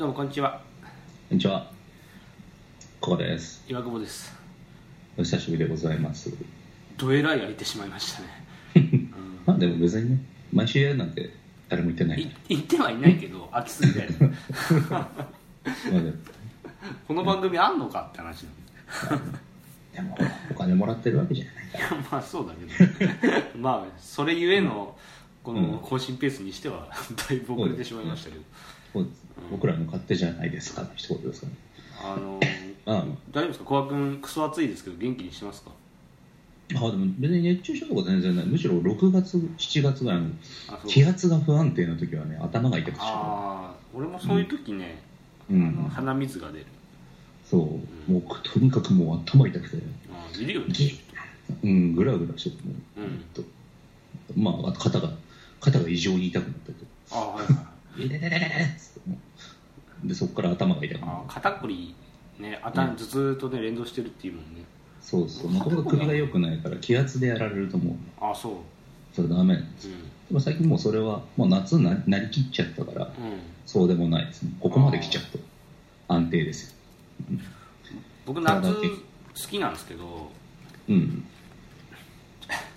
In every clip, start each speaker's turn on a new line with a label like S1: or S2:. S1: もこんにちは
S2: こんにちは。ここです。
S1: 岩久保です
S2: お久しぶりでございます。
S1: どえらい空いてしまいましたね、うん
S2: まあでも別にね、毎週やるなんて誰も言ってない
S1: い
S2: ね。
S1: 行ってはいないけど空きすぎて
S2: まあでも
S1: この番組あんのかって話なんだ
S2: でもほらお金もらってるわけじゃないか
S1: いやまあそうだけ どまあそれゆえのこの更新ペースにしては だいぶ遅れてしまいましたけど、
S2: ら。もう僕らの勝手じゃないですか、一言ですかね。
S1: あの
S2: まあ、
S1: 大丈夫ですか小く君クソ暑いですけど元気にしてますか
S2: まあでも別に熱中症とか全然ない。むしろ6月、7月ぐらいの
S1: あそう
S2: 気圧が不安定な時はね、頭が痛くてしま
S1: あー俺もそういう時ね、
S2: う。う
S1: あの
S2: ん。
S1: 鼻水が出る、
S2: そう。もうとにかくもう頭痛くて、
S1: うん、いるよね
S2: ぎうん、ぐらぐらしててもう
S1: うん
S2: とまあ、あと肩が、肩が異常に痛くなったりとか。
S1: あーはいはい
S2: いてててててっつってもうでそこから頭が痛くな
S1: あ
S2: る
S1: ー肩こりね頭頭痛とね連動してるっていうもんね
S2: そうそうもともと首が良くないから気圧でやられると思う
S1: ああそう
S2: それダメで
S1: う
S2: も最近もうそれはもう夏にななりきっちゃったから
S1: ん、うん、
S2: そうでもないですねここまで来ちゃうと安定ですよ
S1: 僕夏
S2: 体
S1: 好
S2: 的
S1: きなんですけど
S2: うん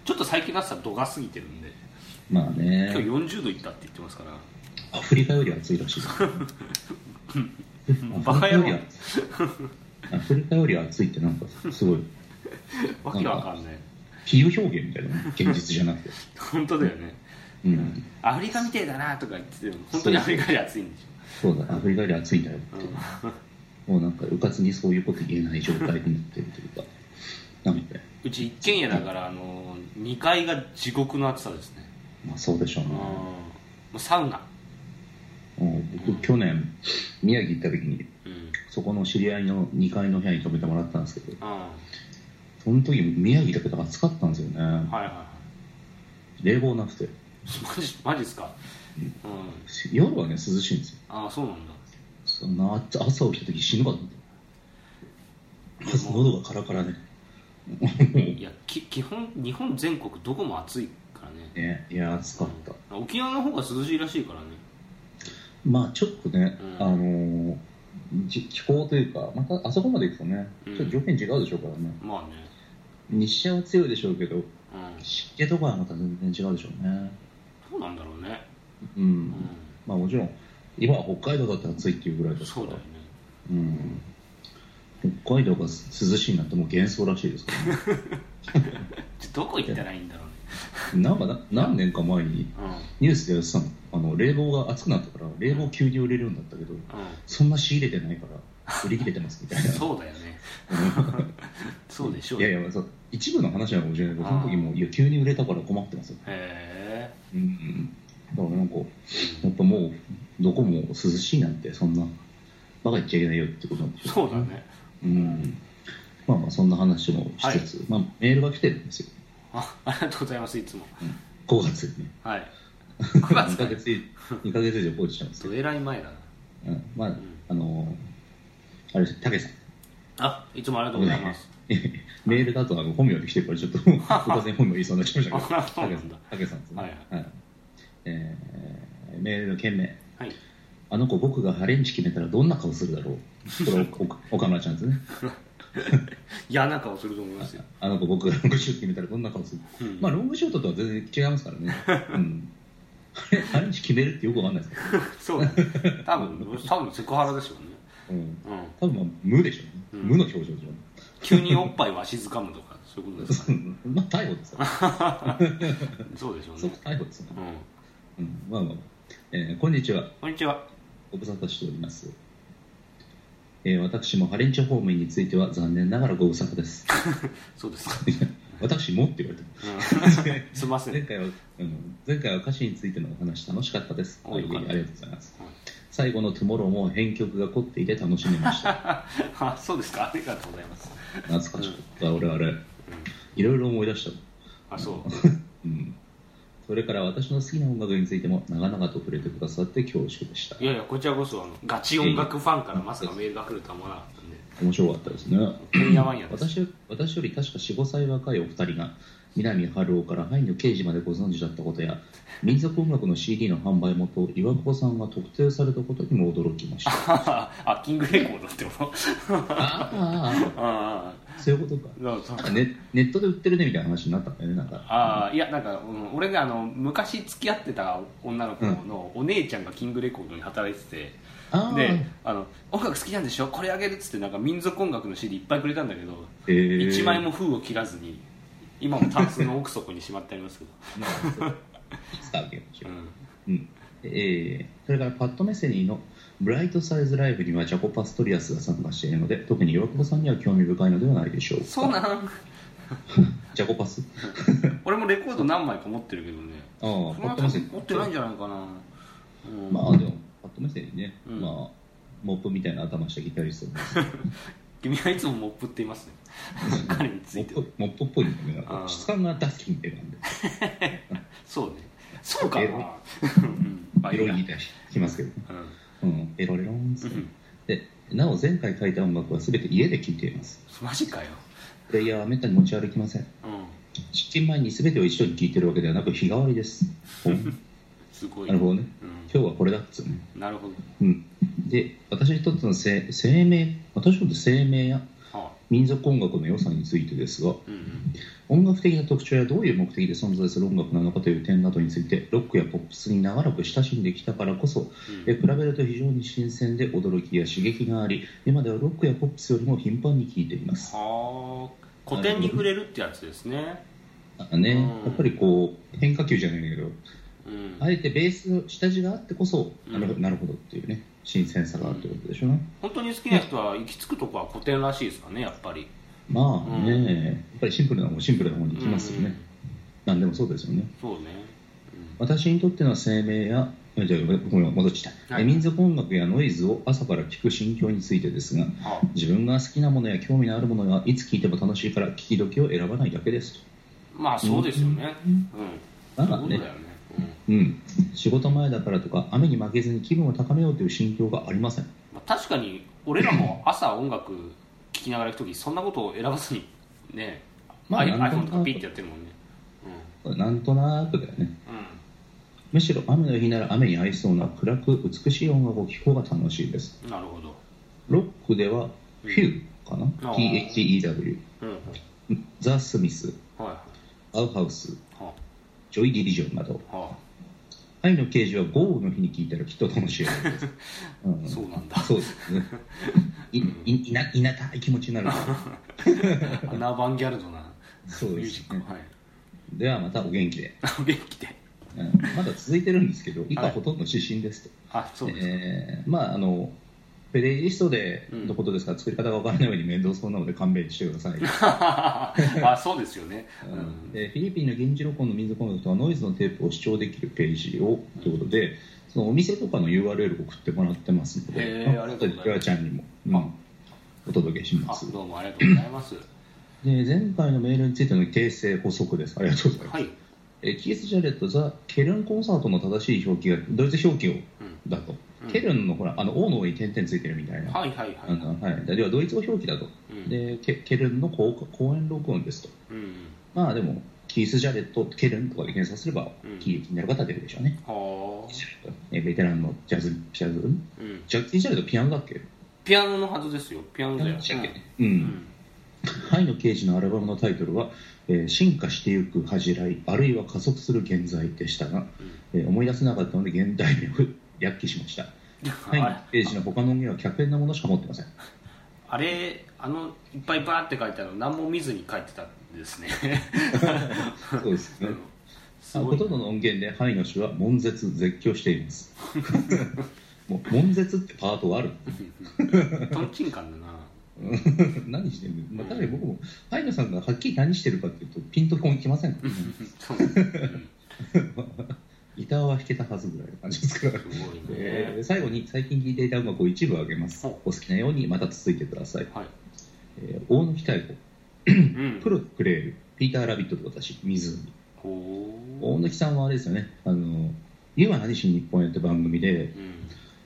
S1: ちょっと最近夏は度が過ぎてるんで
S2: まあね
S1: 今日40度いったって言ってますから
S2: アフリカより暑いらしいです
S1: バカ野郎
S2: アフリカより暑いアフリカより暑いってなんかすごい
S1: わけわかんない
S2: 比喩表現みたいなね現実じゃなくて
S1: 本当だよね
S2: うん
S1: アフリカみてえだなとか言ってても本当にアフリカより暑いんでし
S2: そうだアフリカより暑いんだよって
S1: ょ、
S2: もうなんかうかつにそういうこと言えない状態になってるというか、なんで、
S1: うち一軒家だからあの2階が地獄の暑さですね
S2: まあそうでしょうね
S1: うん。もうサウナ
S2: うん僕、去年、宮城行った時に、
S1: うん
S2: そこの知り合いの2階の部屋に泊めてもらったんですけど、
S1: あ
S2: その時宮城だけど暑かったんですよね
S1: ー。はいはいは
S2: 冷房なくて。
S1: いマジマジっすかうん
S2: 夜はね、涼しいんですよ。
S1: ああそうなんだ
S2: そんな暑朝起きた時死ぬかと思って。
S1: もう
S2: 喉がカラカラで。
S1: いやき基本日本全国どこも暑いからね
S2: ね、いや、暑かった。
S1: 沖縄の方が涼しいらしいからね
S2: まあちょっとね、
S1: うん
S2: あのーじ気候というか、またあそこまで行くとね、
S1: うん
S2: ちょっと条件違うでしょうからね、
S1: まあね
S2: 日射は強いでしょうけど、
S1: うん
S2: 湿気とかはまた全然違うでしょうね、
S1: どうなんだろうね
S2: うん
S1: う
S2: まあ、もちろん、今は北海道だって暑いっていうぐらいで
S1: ん
S2: すか
S1: そう
S2: ら
S1: だよね、
S2: うん、北海道が涼しいなんてもう幻想らしいですから、 ね、
S1: じゃどこ行ったらいいんだろうね
S2: なんかな何年か前に
S1: うん
S2: ニュースでやってたのあの、冷房が暑くなったから、冷房急に売れるんだったけど、
S1: う
S2: そんな仕入れてないから、売り切れてますみたいな。
S1: んそうだよね そうでしょう
S2: い
S1: ね
S2: やいや、まあそう一部の話なのかもしれないけど、
S1: あ
S2: そ
S1: ー
S2: の時も、いや、急に売れたから困ってますよ。
S1: へ
S2: うん、だからなんか、や
S1: え
S2: っぱもう、どこも涼しいなんて、そんな、バカ言っちゃいけないよってことなんでしょ
S1: そうだ。ね
S2: うん。まあまあ、そんな話もしつつ、まあ、メールが来てるんですよ。
S1: あありがとうございますいつも
S2: 5月にね。
S1: はい9
S2: 2
S1: 月
S2: ヶ
S1: か
S2: 月、 二ヶ月以上放置してますけ
S1: ど
S2: ど。
S1: えらい前だな
S2: うん、まあ、あのーあれです、たけさん。
S1: あいつもありがとうございます
S2: メールだとあの本名で来てるからちょっと突然本名言いそうになっちゃいました
S1: あ
S2: け
S1: そ
S2: ど
S1: う
S2: た
S1: な
S2: け
S1: んだ
S2: さんですね
S1: はい
S2: えーメールの件名
S1: はい
S2: あの子僕がハレンチ決めたらどんな顔するだろうこれお岡村ちゃんですね
S1: 嫌な顔すると思いますよ
S2: あの子僕がロングシュート決めたらどんな顔する、
S1: うん
S2: まあロングシュートとは全然違いますからね、うん、ハレハレンチ決めるってよくわかんないですから、
S1: そうだね多分多分セクハラですよね
S2: うん、
S1: うん
S2: 多分まあ無でしょう
S1: う
S2: ね、
S1: ん
S2: 無の表情でしょうね
S1: 急におっぱいを足づかむとかそういうことですかね
S2: まあ逮捕ですよ
S1: そうでしょう
S2: 即
S1: ね、
S2: 逮捕ですよね、
S1: うん、
S2: うん、まあまあ、えーこんにちは
S1: こんにちは
S2: ご無沙汰しております、えー私もハレンチ方面については残念ながらご無沙汰です
S1: そうですか、
S2: 私もって言われた
S1: うん、 すいません
S2: 前回は、うん、前回は歌詞についてのお話楽しかったです
S1: およかった
S2: ありがとうございます
S1: はい
S2: 最後の「トゥモローも編曲が凝っていて楽しめました
S1: あそうですかありがとうございます、
S2: 懐かしかった俺あれ
S1: うん、
S2: いろいろ思い出したもん
S1: あそう
S2: うんそれから私の好きな音楽についても長々と触れてくださって恐縮でした
S1: いやいやこちらこそあのガチ音楽ファンからまさかメールが来るとは思わなかったんで
S2: 面白かったですね
S1: 今夜ワンやです
S2: 私私より確か45歳若いお二人が南春夫から範囲の刑事までご存知だったことや民族音楽の CD の販売元岩久保さんが特定されたことにも驚きました
S1: あキングレコードってこと
S2: あ
S1: あ
S2: あそういうことか
S1: あなるほど
S2: なんかネネットで売ってるねみたいな話になったんだよねなんか
S1: ああいやなんか、うん俺ねあの昔付き合ってた女の子のお姉ちゃんがキングレコードに働いてて、
S2: あー
S1: であの音楽好きなんでしょこれあげるっつってなんか民族音楽の CD いっぱいくれたんだけど、
S2: えー
S1: 一枚も封を切らずに今もタンスの奥底にしまってありますけど、
S2: まあそういつかあげましょう
S1: う ん
S2: うんえーそれからパッド・メセニーのブライトサイズライブにはジャコ・パストリアスが参加しているので特に岩久保さんには興味深いのではないでしょうか
S1: そうなん
S2: ジャコパス
S1: 俺もレコード何枚か持ってるけどね
S2: ああパ
S1: そんな
S2: ッド・メセニー
S1: 持ってないんじゃないかな、うん
S2: まあでもパッド・メセニーね、
S1: うん
S2: まあモップみたいな頭したギタリストです
S1: 君はいつもモップって言いますね彼につ
S2: モ
S1: い
S2: ッ
S1: ては
S2: プモップっぽいんだよねなん
S1: あ
S2: か
S1: あ
S2: 質感がダスキンって感じ
S1: そうねそうかな
S2: エロい
S1: うんまあい
S2: エ
S1: い
S2: ロ
S1: や
S2: いギタリストしますけどね
S1: うん
S2: うんエロレロンっつ
S1: う
S2: って
S1: ん
S2: でなお前回書いた音楽は全て家で聴いています
S1: マジかよ
S2: プレイヤーはめったに持ち歩きません
S1: うん
S2: 出勤前に全てを一緒に聴いてるわけではなく日替わ りですお
S1: すごい
S2: なるほどね
S1: う
S2: 今日はこれだっつうね
S1: ん、なるほど
S2: うんで私にとってのせ生命私にとって生命や
S1: はあ
S2: 民族音楽の良さについてですが
S1: うんうん
S2: 音楽的な特徴やどういう目的で存在する音楽なのかという点などについてロックやポップスに長らく親しんできたからこそ
S1: うん
S2: え比べると非常に新鮮で驚きや刺激があり今ではロックやポップスよりも頻繁に聴いています
S1: はあ古典に触れるってやつですね
S2: なんかね、
S1: うん
S2: やっぱりこう変化球じゃないんだけど
S1: うん
S2: あえてベースの下地があってこそ、
S1: うん
S2: なるなるほどっていうね新鮮さがあるということでしょうね、
S1: 本当に好きな人は行き着くとこは古典らしいですかねやっぱり
S2: まあね、やっぱりシンプルな方シンプルな方に行きますよね、
S1: うん
S2: なんでもそうですよね
S1: そうね
S2: 私にとっての生命やえじゃあごめん戻っちゃった、
S1: はい
S2: え民族音楽やノイズを朝から聴く心境についてですが
S1: うんはあ
S2: 自分が好きなものや興味のあるものはいつ聴いても楽しいから聴き時を選ばないだけです
S1: まあそうですよね
S2: うん
S1: うん
S2: とまあ
S1: そうだ
S2: ね
S1: よねうん
S2: うん仕事前だからとか雨に負けずに気分を高めようという心境がありません
S1: まあ確かに俺らも朝音楽聴きながら行く時そんなことを選ばずにね
S2: まあ
S1: i-
S2: なんとな
S1: iPhone
S2: く
S1: とかピッてやってるもんね
S2: なんとなくだよね
S1: うんうん
S2: むしろ雨の日なら雨に合いそうな暗く美しい音楽を聴く方が楽しいです
S1: なるほど、
S2: ロックではフィルかな
S1: あー
S2: PHEW
S1: うんうん、
S2: ザ・スミス
S1: はいは
S2: アウハウス
S1: いは
S2: ジョイ・ディリジョンなど
S1: あは
S2: 愛の刑事は豪雨の日に聴いたらきっと楽しいですうん
S1: あ、そうなん だ
S2: そうですねいいいないなたい気持ちになる
S1: あんなアバンギャルドな
S2: そう
S1: ミュ
S2: で
S1: ージ
S2: す
S1: ック
S2: ね
S1: はい
S2: ではまたお元気で、
S1: お元気で
S2: うんまだ続いてるんですけど以下ほとんど指針ですと
S1: あそうです、
S2: えーまああのプレイリストでのことですから、作り方がわからないように面倒そうなので勘弁してください、
S1: あそうですよね、う
S2: うんん、でフィリピンの現地録音の民族音楽とはノイズのテープを視聴できるページをということでそのお店とかの URL を送ってもらってますの
S1: へー
S2: で、
S1: ありがとうございます
S2: ゆらちゃんにも、うんお届けしま
S1: あ
S2: すで
S1: どうもありがとうございます
S2: 前回のメールについての訂正補足ですありがとうございます、
S1: はい
S2: えーキース・ジャレット・ザ・ケルンコンサートの正しい表記がドイツ表記をだと、
S1: うん
S2: ケルンのほらあの O の上に点々ついてるみたいな、
S1: はいはい
S2: あ
S1: はい
S2: のはい、ではドイツ語表記だと、
S1: うん
S2: でケケルンの公公演録音ですと、
S1: うんうん
S2: まあでも、キース・ジャレット、ケルンとかで検索すれば、
S1: うん
S2: キー気になる方は出るでしょうね、
S1: は
S2: えベテランのジャズ、ジャズ、
S1: あ、うん、
S2: ジャッキー・ジャレット、ピアノだっけ
S1: ピアノのはずですよピアノだよ、
S2: う、
S1: うんん
S2: ハイの刑事のアルバムのタイトルは、えー進化してゆく恥じらい、あるいは加速する現在でしたが、えー思い出せなかったので、現代名を躍起しました。ハイの
S1: あ
S2: 刑事の他の音源は100円のものしか持ってません。
S1: あれあのいっぱいバーって書いてあるの何も見ずに書いてたんです ね
S2: そうですね。
S1: す
S2: あ
S1: ご
S2: ほ
S1: い
S2: とんどの音源でハイの詩は悶絶絶叫していますもう悶絶ってパートがある
S1: トンチンカンだな
S2: 何してんの、まあ、確かに僕もハイのさんがはっきり何してるかっていうとピンとこんきませんからね
S1: そうですうん
S2: ギターは弾けたはずぐらいの感じですから
S1: すごいね、
S2: えー最後に最近聴いていた音楽を一部あげます
S1: ほう
S2: お好きなようにまた続いてください、
S1: はい、
S2: えー大野太鼓
S1: うん
S2: 黒くクレールピーター・ラビットと私湖
S1: ほ
S2: 大貫さんはあれですよねあの「You は何しに日本へ」って番組で
S1: う、うん、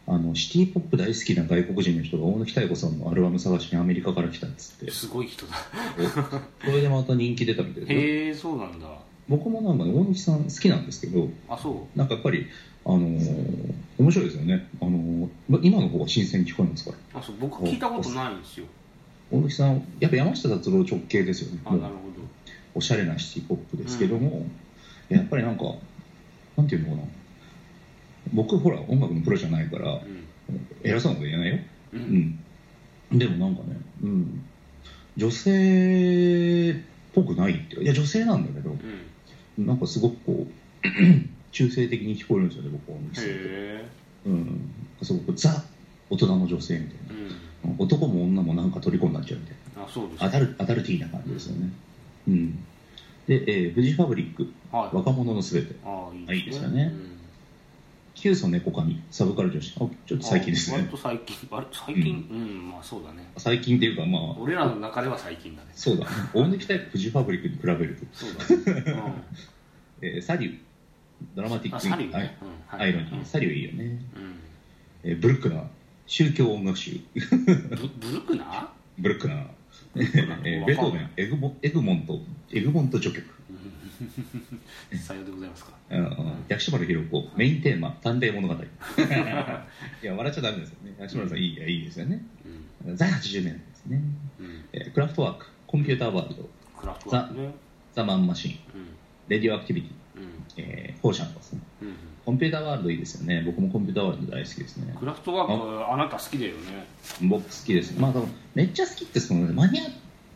S2: ああのシティ・ポップ大好きな外国人の人が大貫妙子さんのアルバム探しにアメリカから来たっつって
S1: すごい人だ
S2: それでまた人気出たみたいで
S1: へえそうなんだ
S2: 僕もなんかね大貫さん好きなんですけど
S1: あそ
S2: なんかやっぱりあのー面白いですよね、あのーま今の方が新鮮に聞こえますから
S1: うあそう僕聞いたことないんですよ
S2: 大貫さんやっぱ山下達郎直系ですよね
S1: あなるほど
S2: おしゃれなシティ・ポップですけども、やっぱりなんかなんていうのかな僕ほら音楽のプロじゃないから
S1: うん
S2: 偉そうなこと言えないよ
S1: う
S2: うんん、でもなんかね、うん、女性っぽくないっていうかいや女性なんだけど
S1: うん
S2: なんかすごくこう 中性的に聞こえるんですよね僕は、
S1: へえ
S2: うん、すごくザ大人の女性みたい
S1: うん
S2: な男も女もなんか虜になっちゃうみたい
S1: あそうです
S2: なアダルアダルティーな感じですよね、うん、で、えーフジファブリック
S1: はい
S2: 若者のすべて
S1: あ
S2: あ
S1: あ
S2: い
S1: い
S2: い
S1: いで
S2: で
S1: すす
S2: よ
S1: よ
S2: ね
S1: ね
S2: キュウソネコカミサブカル女子あちょっと最近です
S1: あ割
S2: ね
S1: と最近割と最近うん、まあそうだね
S2: 最近っていうかまあ
S1: 俺らの中では最近だね
S2: そうだね大貫タイプフジファブリックに比べると
S1: そうだね、うん
S2: えーサリュー、ドラマ ティッ
S1: あ
S2: ク
S1: サリュー
S2: ア
S1: ね
S2: イ、
S1: うんはい
S2: アイロニー、サリューいいよね、
S1: うん
S2: えーブルックナー、宗教音楽集、
S1: ブブルクナ
S2: ブルックナー、
S1: ー
S2: えーベートーベンエグモ、エグモント、エグモント序曲、
S1: うん さようでございますか
S2: あー薬師丸ひろ子、メインテーマ、探偵 物語。いや、笑っちゃダメですよね、薬師丸さん、いいいやいいですよね、
S1: うん
S2: 在80年代ですね、
S1: うん
S2: えークラフトワーク、コンピューターワールド、
S1: クラフトワークね
S2: ザ・マン・マシン、
S1: うん
S2: レディオアクティビティ、
S1: うん
S2: えー、フォーシャンですね。
S1: うん
S2: コンピューターワールドいいですよね、僕もコンピューターワールド大好きですね。
S1: クラフトワークあなた好きだよね
S2: 僕好きですまあ多分めっちゃ好きってそのマニアっ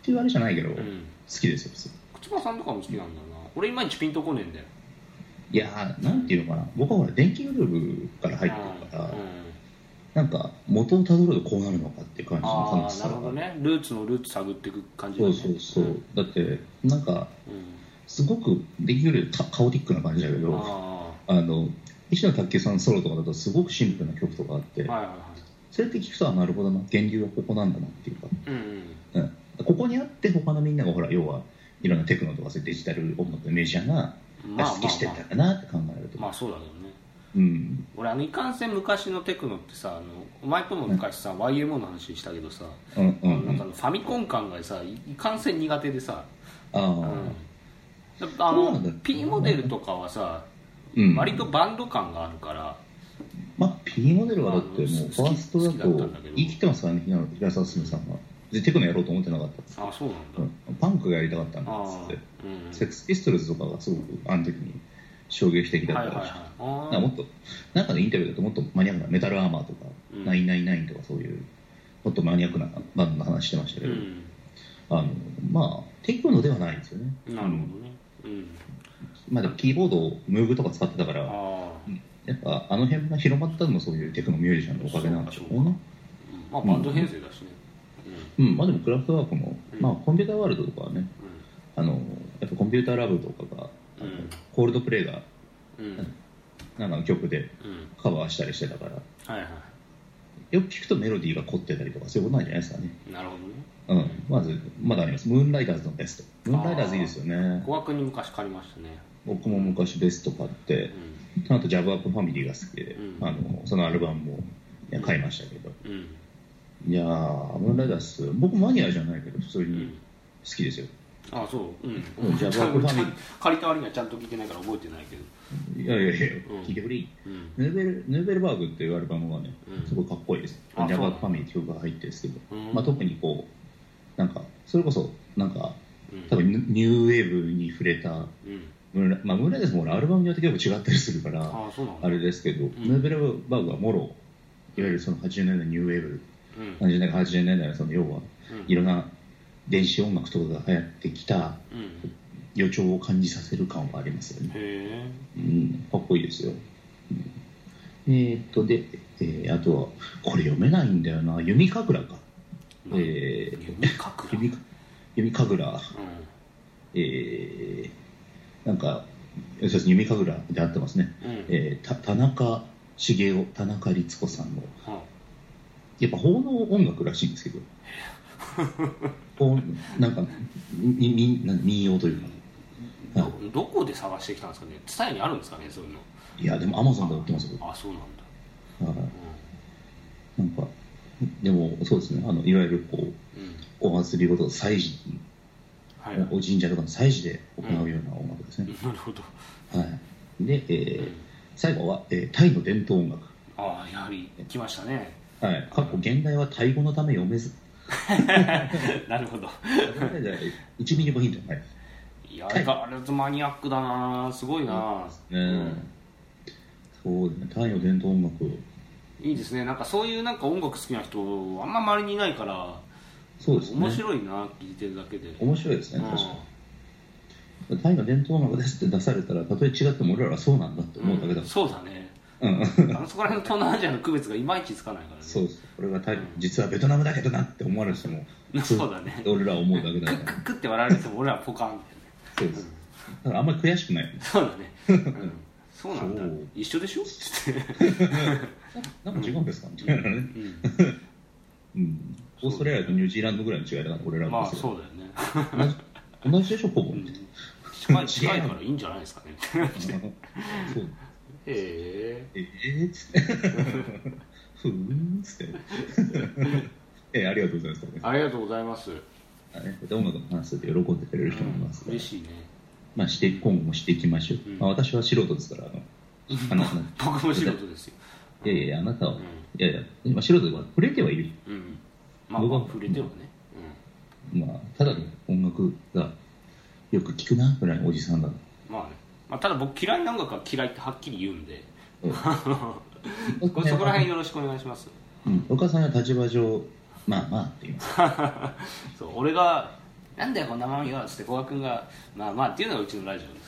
S2: ていうあれじゃないけど、
S1: う
S2: 好
S1: ん
S2: きですよ普通
S1: 靴間さんとかも好きなんだよな俺いまいちピンとこねえんだよ
S2: いやーなんていうのかな僕はほら電気グループから入ってるから、
S1: うん
S2: なんか元をたどるとこうなるのかっていう感じの
S1: あ
S2: 楽し
S1: あ
S2: さ
S1: なる
S2: が
S1: ほどねルーツのルーツ探っていく感じだ
S2: そう
S1: ね
S2: そうそう、
S1: うん
S2: だってなんか
S1: うん
S2: すごく電気グループカカオティックな感じだけどあ
S1: あ
S2: の石野卓球さんのソロとかだとすごくシンプルな曲とかあって、
S1: あはいはいはい
S2: それって聞くとあなるほどな源流はここなんだなっていうか
S1: うんうん
S2: ここにあって他のみんながほら要はいろんなテクノとかそういうデジタル音楽のメジャーが
S1: まあま
S2: 好
S1: あ
S2: きして
S1: ま
S2: たかなって考えると、
S1: あまあそうだけどね
S2: うん、
S1: 俺あのいかんせん昔のテクノってさあのお前とも昔さ、YMO の話したけどさ、
S2: うんうんう
S1: なんかあ
S2: ん
S1: のファミコン感がさいいかんせん苦手でさ、
S2: あ
S1: うん
S2: ー
S1: だってあ
S2: そうな
S1: の
S2: んだ
S1: P モデルとかはさ、
S2: うん
S1: 割とバンド感があるから、
S2: まあ P モデルはだって
S1: あ
S2: もうフ
S1: の
S2: ァーストだ
S1: 好き好きだ
S2: と
S1: ったんだけど
S2: 生きてますからね平野平沢進さんはでテクノやろうと思ってなかった
S1: あそうなんだ、
S2: うんパンクがやりたかったんだ
S1: あ
S2: っつ
S1: あ
S2: って
S1: うん
S2: セックスピストルズとかがすごくあの時に衝撃的だ
S1: は
S2: っ
S1: い
S2: た
S1: はいはい
S2: らしい
S1: あ
S2: なんかもっとなんかのインタビューだともっとマニアックなメタルアーマーとか、
S1: うん
S2: ナインナインナインとかそういうもっとマニアックなバンドの話してましたけ
S1: う
S2: ど、
S1: ん
S2: あのまあテクノではないんですよね
S1: なるほどねうん
S2: まあ、でもキーボードをムーブとか使ってたから
S1: ああ
S2: やっぱあの辺が広まったのもそういうテクノミュージシャンのおかげなんでしょ
S1: そ
S2: う
S1: うか
S2: ね
S1: うんまあバンド編成だしね
S2: うんまあでもクラフトワークも、
S1: うん
S2: まあ、コンピューターワールドとかはねあのやっぱコンピューターラブとかが、
S1: うんうん
S2: コールドプレイが
S1: うんうん
S2: なんかの曲で
S1: うん
S2: カバーしたりしてたから
S1: はいは
S2: よく聞くとメロディーが凝ってたりとかそういうことなんじゃないですかね
S1: いなるほどね
S2: うんまずまだありますムーンライダーズのベストムーンライダーズいいですよね
S1: 小悪に昔借りましたね
S2: 僕も昔ベスト買ってあとジャブアップファミリーが好きで、
S1: うん
S2: あのそのアルバムもいや買いましたけど、
S1: うんうん
S2: いやー、ムーンライダース、僕マニアじゃないけど、普通
S1: う
S2: に
S1: ん
S2: 好きですよ。
S1: ああそううん
S2: うんじゃあ僕ファミリー
S1: 借りた割にはちゃんと聞いてないから覚えてないけど
S2: いやいやいや、
S1: うん
S2: 聞いてくれ。
S1: うん
S2: ヌーベル、ヌーベルバーグっていうアルバムがね、
S1: うん
S2: すごいかっこいいです。ジ
S1: あ
S2: ャ
S1: そうな
S2: バ
S1: ん
S2: ー
S1: だ
S2: ファミリーって曲が入ってるんですけど、
S1: うん
S2: まあ特にこう、なんか、それこそ、なんか、
S1: うん
S2: 多分ニュニューウェーブに触れた、
S1: うん
S2: ムーンラまあムーンライダースも俺アルバムによって結構違ったりするから、
S1: ああそうなん
S2: あ
S1: だ
S2: れですけど、
S1: ん
S2: ヌーベルバーグはもろ、いわゆるその80年代ニューウェーブ、
S1: うん
S2: 70年代、80年代のその要は、
S1: うん
S2: いろんな電子音楽とかが流行ってきた、
S1: うん
S2: 予兆を感じさせる感はありますよね、
S1: へえ
S2: うん、かっこいいですよ、うんえーっとで、えーあとはこれ読めないんだよな弓神楽か、えー
S1: 弓か
S2: 弓か弓神楽
S1: うん
S2: えー、なんかそうですね弓神楽で合ってますね、
S1: うん
S2: えーた田中茂雄田中律子さんの
S1: は
S2: やっぱ奉納音楽らしいんですけ どこうなんかみみなんか民謡というか
S1: あどどこで探してきたんですかね伝えにあるんですかねそういうの
S2: いやでもアマゾンで売ってますよ
S1: あそうなんだ
S2: はい
S1: うん
S2: なんかでもそうですねあのいわゆるこう
S1: うん
S2: お祭りごと祭事、
S1: はい、
S2: お神社とかの祭事で行うような音楽ですね、
S1: なるほど、
S2: はい、で、え
S1: う
S2: ー
S1: ん
S2: 最後は、えータイの伝統音楽
S1: ああやはり来ました ね
S2: はい、かっこ現代はタイ語のため読めず
S1: なるほど
S2: 1ミリもヒントないです
S1: いや相変わらずマニアックだなすごいな、
S2: ね、そうですねタイの伝統音楽
S1: いいですねなんかそういうなんか音楽好きな人あんま周りにいないから
S2: そうですね
S1: 面白いな聞いてるだけで
S2: 面白いですね確か
S1: う
S2: にタイの伝統音楽ですって出されたらたとえ違っても俺らはそうなんだって
S1: ん
S2: 思うだけだもん、
S1: そうだね
S2: うん
S1: あのそこら辺の東南アジアの区別がいまいちつかないからね
S2: そうです俺がタイ実はベトナムだけどなって思われても
S1: そうだね
S2: 俺らは思うだけ
S1: ク
S2: だ
S1: ッ
S2: か
S1: ク
S2: ら
S1: ックって笑われても俺らポカンってね
S2: そうですだからあんまり悔しくない
S1: そうだね、うん、そうなんだ
S2: そう
S1: 一緒でし ょつって、
S2: なんか違うんですかみたいなね、
S1: う
S2: うん、オーストラリアとニュージーランドぐらいの違いだから俺ら
S1: ん、まあ
S2: は
S1: そうだよね、
S2: 同じ同じでしょほぼ、
S1: うん、近い近いからいいんじゃないですかね
S2: そう
S1: へ
S2: えー、っつって、ふーんっつって、えー、ありがとうございます、
S1: えありがとうございます、
S2: はいこうやって音楽の話で喜んでくれる人もいますから、
S1: 嬉しいね
S2: まあ、して今後もしていきましょう、
S1: うん
S2: まあ、私は素人ですから、あのあのあの
S1: 僕も仕事ですよ
S2: いやいやいや、あなたは、
S1: うん
S2: いやいや、今、素人では触れてはいる、
S1: うんまあ
S2: 僕は
S1: 触れてもね、
S2: まあ、ただの音楽がよく聞くなぐらいのおじさんだな、
S1: うん、まあね、まあ、ただ僕嫌いな音楽は嫌いってはっきり言うんで
S2: うん
S1: そこら辺よろしくお願いします
S2: うん、お母さんは立場上、まあまあって言います。
S1: そう俺が「なんだよこんなまみは」っつって古賀君が「まあまあ」っていうのがうちのラジオで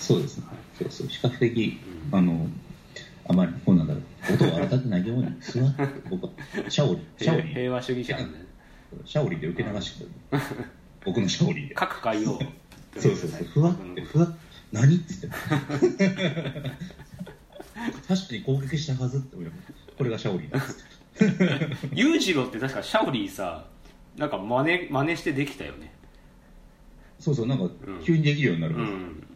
S1: す
S2: そうですね。そうそう。比較的、あの、あまり、こうなんだろう、音を荒立てないように、座って、僕は、シャ オリ、シャオ
S1: 平
S2: リ、
S1: 平和主義者なんでね
S2: シャオリで受け流してくれる。 僕のシャオリで。
S1: 各界を
S2: そうそうそう。ふわって、ふわっ、何っ つって。確かに攻撃したはずって思いながらこれがシャオリだっつって。
S1: 裕次郎って確かシャオリーさなんか真似真似してできたよね
S2: そうそう、なんか
S1: ん、
S2: 急にできるようになる
S1: う
S2: から、
S1: ん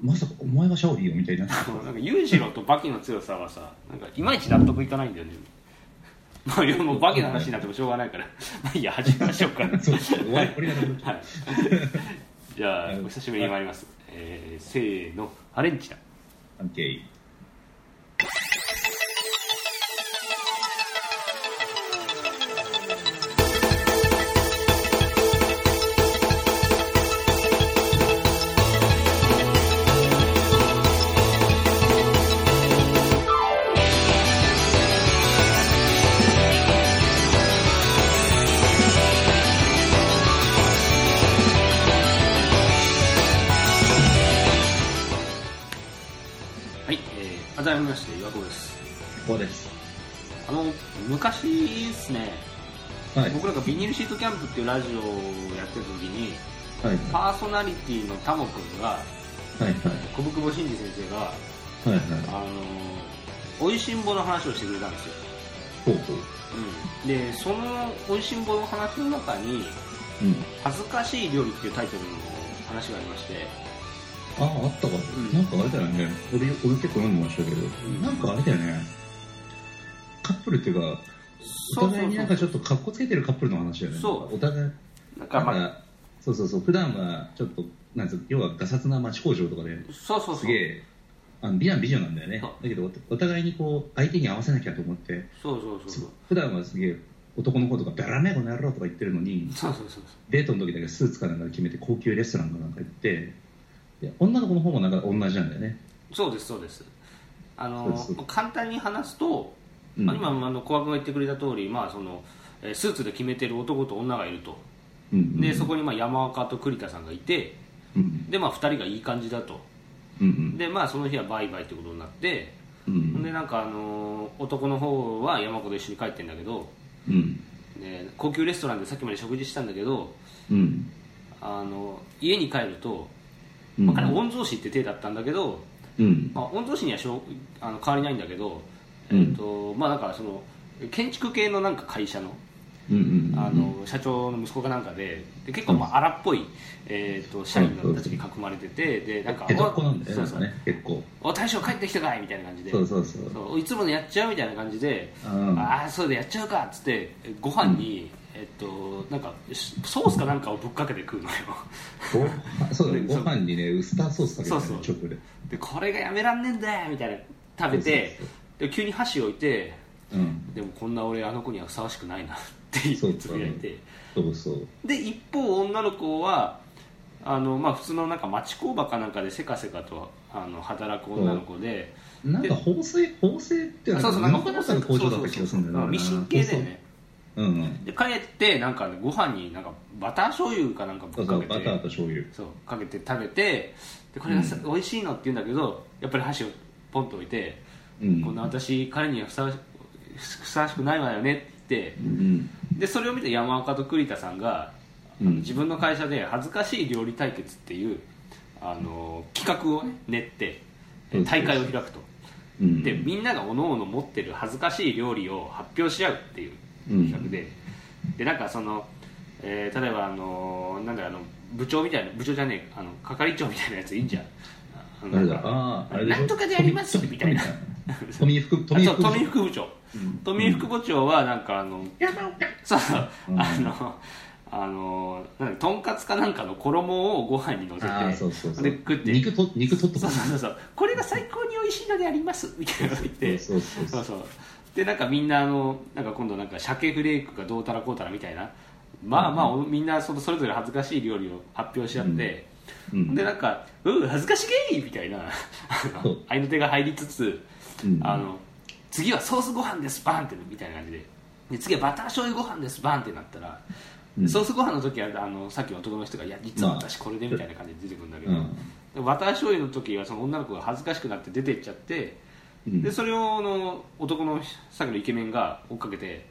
S2: まさか、お前がシャオリよ、みた いな。
S1: そうなんか裕次郎とバキの強さはさなんかいまいち納得いかないんだよね まあいやもうバキの話になってもしょうがないから まあいいや始めましょうか
S2: そうそう、終わり、これがなくなっちゃ
S1: は
S2: う
S1: い、じゃあお久しぶりに参ります、えー、せーのアレンジだ
S2: オッケー
S1: はい、えー、改めまして岩子です
S2: ここです。
S1: あの昔ですね、
S2: はい。
S1: 僕なんかビニールシートキャンプっていうラジオをやってる時に
S2: はい。
S1: パーソナリティのタモ君が
S2: はい。はい。
S1: 小久保真司先生が
S2: はいはい。
S1: あのおいしんぼの話をしてくれたんですよ、
S2: ほうほう。
S1: うん、でそのおいしんぼの話の中に
S2: うん。
S1: 「恥ずかしい料理」っていうタイトルの話がありまして
S2: ああ、あったかも、
S1: ん
S2: なんかあれだよね。俺、俺結構飲んでましたけど、
S1: ん
S2: なんかあれだよね。カップルっていうか、お互いになんかちょっと格好つけてるカップルの話だよね。
S1: そう
S2: お互い、
S1: なんか
S2: なん
S1: まあ
S2: か、そうそうそう、普段はちょっと、なんつう要はガサツな町工場とかで、
S1: そうそうそう
S2: すげえ、あの美男美女なんだよね
S1: そう。
S2: だけどお、お互いにこう、相手に合わせなきゃと思って、
S1: そうそうそうそう
S2: 普段はすげえ、男の子とか、だらねえこの野郎とか言ってるのに、
S1: そうそうそう
S2: デートの時だけスーツかなんか決めて高級レストランかなんか行ってで女の子の方もなんか同じなんだよね、
S1: そうですそうですあの
S2: そうそ
S1: 簡単に話すと、
S2: うん
S1: まあ今あの小悪が言ってくれた通りまあそのえースーツで決めてる男と女がいると
S2: うんうん、
S1: でそこにまあ山岡と栗田さんがいて
S2: うん
S1: でまあ2人がいい感じだと
S2: うん
S1: でまあその日はバイバイってことになって
S2: うんうん
S1: でなんかあのー男の方は山子と一緒に帰ってんだけど
S2: うん
S1: で高級レストランでさっきまで食事したんだけど
S2: うん
S1: あの家に帰ると、
S2: うん
S1: まあ、彼は御曹司って手だったんだけど、
S2: うん
S1: まあ、御曹司にはしょうあの変わりないんだけど、
S2: うん
S1: えっとまあなんかその建築系のなんか会社の
S2: うんうんうん
S1: あの社長の息子かなんかでで結構まあ荒っぽい、えー、と社員の人たちに囲まれててでなんか
S2: 江戸っ子なんだよ
S1: そう
S2: ねなん
S1: そ
S2: か
S1: う
S2: ね結構
S1: お大将帰ってきたかいみたいな感じで
S2: そうそうそう
S1: そういつものやっちゃうみたいな感じで、
S2: うん
S1: ああそうでやっちゃうかっつってご飯に、えっとなんかしソースかなんかをぶっかけて食うのよ
S2: ご飯そうだねご
S1: そう
S2: 飯にねウスターソースかけてね
S1: そう
S2: チ
S1: そう
S2: ョコで
S1: でこれがやめらんねえんだよみたいな食べて
S2: そうそう
S1: で急に箸置いて
S2: うん
S1: でもこんな俺あの子にはふさわしくないなって言
S2: そう
S1: ってつぶやいて
S2: そうそう
S1: で一方女の子はあの、まあ、普通のなんか町工場かなんかでせかせかとあの働く女の子で、
S2: なんか縫製縫製って
S1: あそうそう
S2: なんか布かなんかの工場だった気がするんだよな
S1: そうそうそうミシン系だよね
S2: そうそううんうん
S1: で帰ってなんかご飯になんかバター醤油かなんかぶ
S2: そう
S1: っ
S2: そ
S1: か
S2: う
S1: けて
S2: バターと醤油
S1: そうかけて食べてでこれがさ、美味しいのって言うんだけどやっぱり箸をポンと置いて、
S2: うん
S1: こんな私彼にはふさわしふさわしくないわよねって
S2: うんうん
S1: 言ってでそれを見て山岡と栗田さんがあ
S2: う
S1: の
S2: ん
S1: 自分の会社で恥ずかしい料理対決っていうあの企画をね練って
S2: うん
S1: 大会を開くと
S2: うん
S1: でみんなが各々持ってる恥ずかしい料理を発表し合うっていう企画で、でなんかその、えー例えばあのーなんだろうあの部長みたいな部長じゃねえあの係長みたいなやついいんじゃんあの
S2: 誰だ
S1: なん か
S2: あああれでしょ
S1: なんとかでありますみたいな
S2: 富福
S1: あ
S2: 富
S1: そう
S2: 福
S1: 富副部長
S2: うん
S1: 富副部長はなんかあの
S2: 山岡
S1: そうそう
S2: うん
S1: あのあのなんだとんかつかなんかの衣をご飯にのせて
S2: ああそうそうそう
S1: で食って
S2: 肉と肉取っと
S1: そ
S2: く
S1: うそうそうそうこれが最高に美味しいのでありますみたいなの言って
S2: そうそうそ
S1: そう
S2: う
S1: そうでなんかみんなあのなんか今度なんか鮭フレークがどうたらこうたらみたいなまあまあ、みんなそのそれぞれ恥ずかしい料理を発表し合って、
S2: うん
S1: でなんか「うん恥ずかしげー!」みたいなあ
S2: そ
S1: の
S2: う
S1: 合いの手が入りつつ、
S2: うん
S1: あの次はソースご飯ですバーンってみたいな感じでで次はバター醤油ご飯ですバーンってなったら、
S2: うん
S1: ソースご飯の時はあのさっきの男の人が「いや実は私これで」みたいな感じで出てくるんだけど、
S2: うん
S1: でバター醤油の時はその女の子が恥ずかしくなって出てっちゃって、
S2: うん
S1: でそれをあの男のさっきのイケメンが追っかけて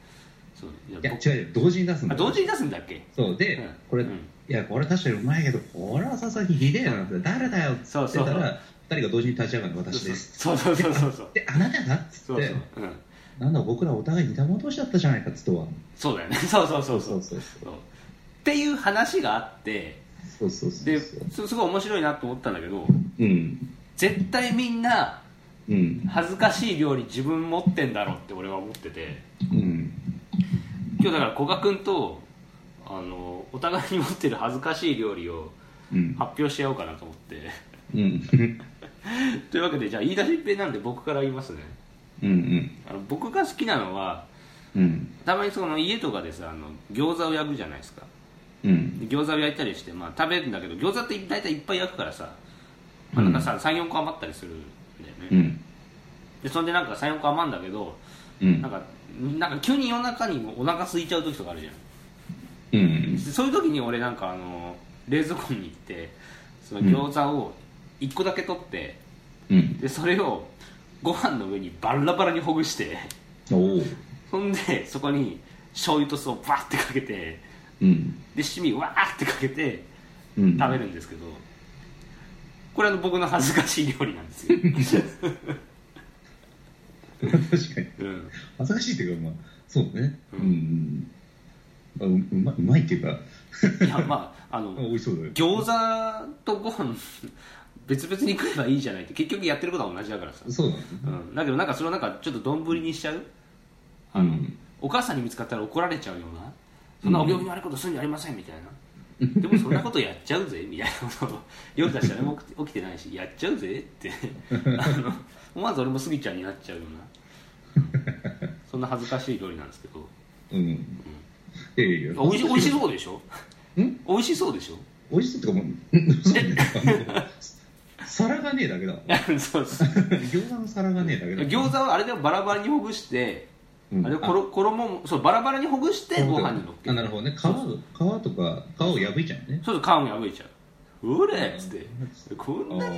S1: そういや
S2: いや
S1: 僕
S2: 違うよ同時に出すん
S1: あ
S2: だ
S1: 同時に出すんだっけ
S2: そうで、
S1: うん
S2: これ、
S1: うん
S2: いやこれ確かにうまいけどこれは佐々木ひでえよなって誰だよって言ってた
S1: そうそうそ
S2: ら2人が同時に立ち上がるの私です
S1: そうそうそうそうそう
S2: であなたがっつって
S1: そうそう、うん、
S2: なんだ僕らお互い似た者同士だったじゃないかっつとは
S1: そうだよね そうそうそうそう
S2: そう
S1: そうっていう話があって
S2: そうそうそう
S1: で
S2: そう
S1: すすごい面白いなと思ったんだけど
S2: うん
S1: 絶対みんな
S2: うん
S1: 恥ずかしい料理自分持ってんだろうって俺は思ってて
S2: うん
S1: 今日だから古賀君とあのお互いに持ってる恥ずかしい料理を
S2: うん
S1: 発表し合おうかなと思って
S2: うんうん
S1: というわけでじゃあ言い出しっぺなんで僕から言いますね
S2: うん
S1: あの僕が好きなのは
S2: うん
S1: たまにその家とかでさあの餃子を焼くじゃないですか
S2: うん
S1: で餃子を焼いたりして、まあ、食べるんだけど餃子って大体いっぱい焼くからさ、まあ、なんかさ34個余ったりするんだよね、
S2: うん
S1: でそんでなんか34個余るんだけど
S2: うん
S1: なんかなんか急に夜中にお腹空いちゃう時とかあるじゃん
S2: うん
S1: でそういう時に俺なんかあの冷蔵庫に行ってその餃子を1個だけ取って
S2: うん
S1: でそれをご飯の上にバラバラにほぐして
S2: おお
S1: そんでそこに醤油と酢をバーってかけて
S2: うん
S1: で七味わーってかけて
S2: うん
S1: 食べるんですけど、これは僕の恥ずかしい料理なんです よ、
S2: 確かに
S1: うん、
S2: 恥ずかしいっていうかまあそうだねう
S1: うん
S2: んうんあううまうまいっていうか
S1: いやまああの
S2: あ美味しそうだよ
S1: 餃子とご飯別々に食えばいいじゃないって結局やってることは同じだからさ、
S2: そうだね
S1: うん、だけどなんかそれをなんかちょっと丼にしちゃうあの、お母さんに見つかったら怒られちゃうようなそんなお行儀悪いことするんじゃありませんみたいなでもそんなことやっちゃうぜみたいなことを夜だし誰も起きて起きてないしやっちゃうぜってあの思わず俺もスギちゃんになっちゃうようなそんな恥ずかしい料理なんですけど
S2: うんいやいやいや
S1: おいし美味しそうでしょ
S2: ん
S1: 美味しそうでしょ
S2: 美味しそうってかもうそうねあの皿がねえだ けだ
S1: そうそう
S2: 餃子の皿がねえだけだ
S1: 餃子はあれでもバラバラにほぐして、
S2: うん
S1: あれころ衣もそうバラバラにほぐしてご飯に乗っけ
S2: あ
S1: る
S2: なるほどね皮を皮とか皮を破いちゃうね
S1: そうそう皮も破いちゃううれっつってこんな
S2: お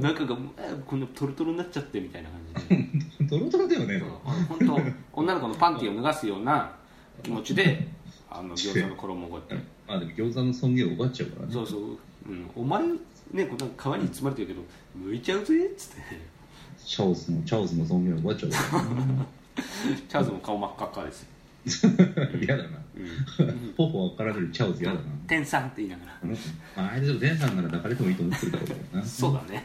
S1: に
S2: ー
S1: 中がもうえこんなトロトロになっちゃってみたいな感じで
S2: ドロドロだよね
S1: 本当女の子のパンティを脱がすような気持ちであの餃子の衣をこうやって
S2: まあでも餃子の尊厳を奪っちゃうからね
S1: そうそう、うん、お前ねこんな皮に包まれてるけど剥いちゃうぜっつって
S2: チャオスのチャオスの尊厳を奪っちゃうからね
S1: チャーズも顔真っ赤っかですよ
S2: 嫌だな
S1: うん
S2: 頬をかられるチャオズ嫌だな
S1: 天さんって言いながら
S2: うんまああれでも前さんなら抱かれてもいいと思ってるだろうけどな
S1: そうだね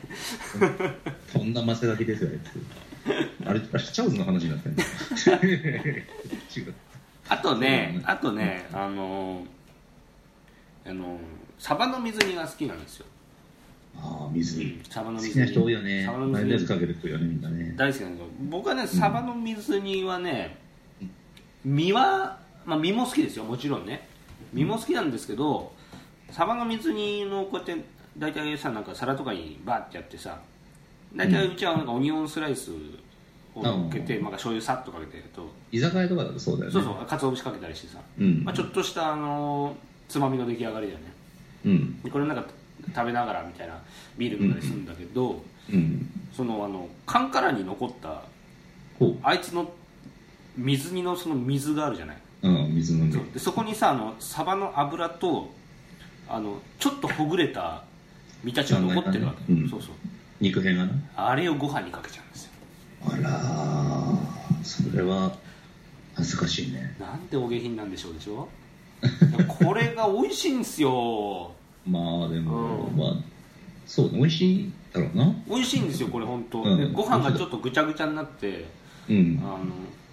S2: とんだマセラテですよあいつあれあれチャオズの話になって んの違う
S1: あと
S2: そう
S1: ね
S2: だね
S1: あとねあのーあのーサバの水煮が好きなんですよ
S2: ああ水
S1: うんサバの
S2: 好
S1: 水煮
S2: きな人多いよね
S1: サバの
S2: マヨネーズ
S1: 水煮
S2: かけて食うよねみんなね
S1: 大好きなんですよ僕はねサバの水煮はね身は、まあ、身も好きですよもちろんね身も好きなんですけどサバの水煮のこうやって大体さなんか皿とかにバーってやってさ大体うちはなんかオニオンスライスを乗っけて、
S2: う
S1: まあ、醤油さっとかけてやると
S2: 居酒屋とかだとそうだよね
S1: そうそうかつお節かけたりしてさ、
S2: うん
S1: まあ、ちょっとしたあのつまみの出来上がりだよね
S2: うん
S1: でこれなんか食べながらみたいなビール飲んだりするんだけど、
S2: うん
S1: そのあの缶からに残った
S2: こ
S1: あいつの水煮のその水があるじゃないう
S2: うん水飲んで
S1: でそこにさあのサバの油とあのちょっとほぐれた身たちが残ってるわけ、
S2: うん
S1: そうそう
S2: 肉片がな
S1: あれをご飯にかけちゃうんですよ
S2: あらーそれは恥ずかしいね
S1: なんてお下品なんでしょうでしょ これが美味しいんですよ
S2: まあでも、
S1: うん
S2: まあそうね美味しいんだろうな
S1: 美味しいんですよこれ本当、
S2: うん
S1: でご飯がちょっとぐちゃぐちゃになってあ
S2: うん
S1: の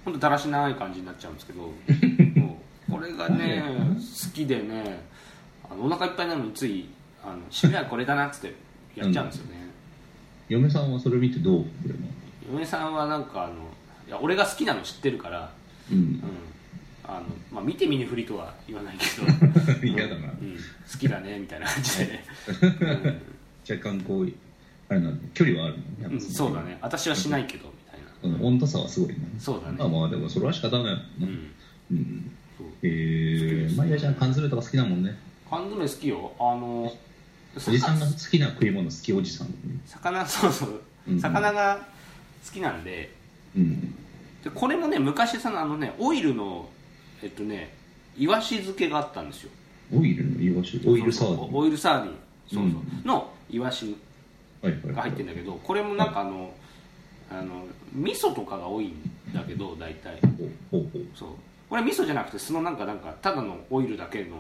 S1: 本当だらしない感じになっちゃうんですけどもうこれがね
S2: うん
S1: 好きでねあのお腹いっぱいなのについあの締めはこれだなっつってやっちゃうんですよね、
S2: 嫁さんはそれ見てどう思ってるの
S1: 嫁さんはなんかあのいや俺が好きなの知ってるから、
S2: う
S1: うん
S2: ん
S1: あのまあ、見て見ぬふりとは言わないけど
S2: 嫌だ
S1: うん、
S2: な
S1: 好きだねみたいな感じで、
S2: 若干こうあれなんだ距離はあるのやっ
S1: う
S2: ぱ
S1: んうんそうだね私はしないけどみたいな
S2: うん温度差はすごいな
S1: そうだね
S2: まあまあでもそれは仕方ないも
S1: うん
S2: な、
S1: ん
S2: うん、
S1: そう
S2: えー、マリアちゃん缶詰とか好きだもんね
S1: 缶詰好きよあの
S2: おじさんが好きな食い物好きおじさん
S1: 魚そうそう、
S2: うん
S1: 魚が好きなんで
S2: うん
S1: でこれもね昔さあのねオイルのえっとねイワシ漬けがあったんですよ
S2: オイルのイワシオイルサーデ
S1: そう
S2: ィ
S1: そうオイルサーディンそうそう、
S2: う
S1: のイワシ
S2: ンはい
S1: が入ってるんだけどこれもなんかあの,、あの味噌とかが多いんだけど大体
S2: ほうほう
S1: そうこれ味噌じゃなくてそのなんかなんかただのオイルだけの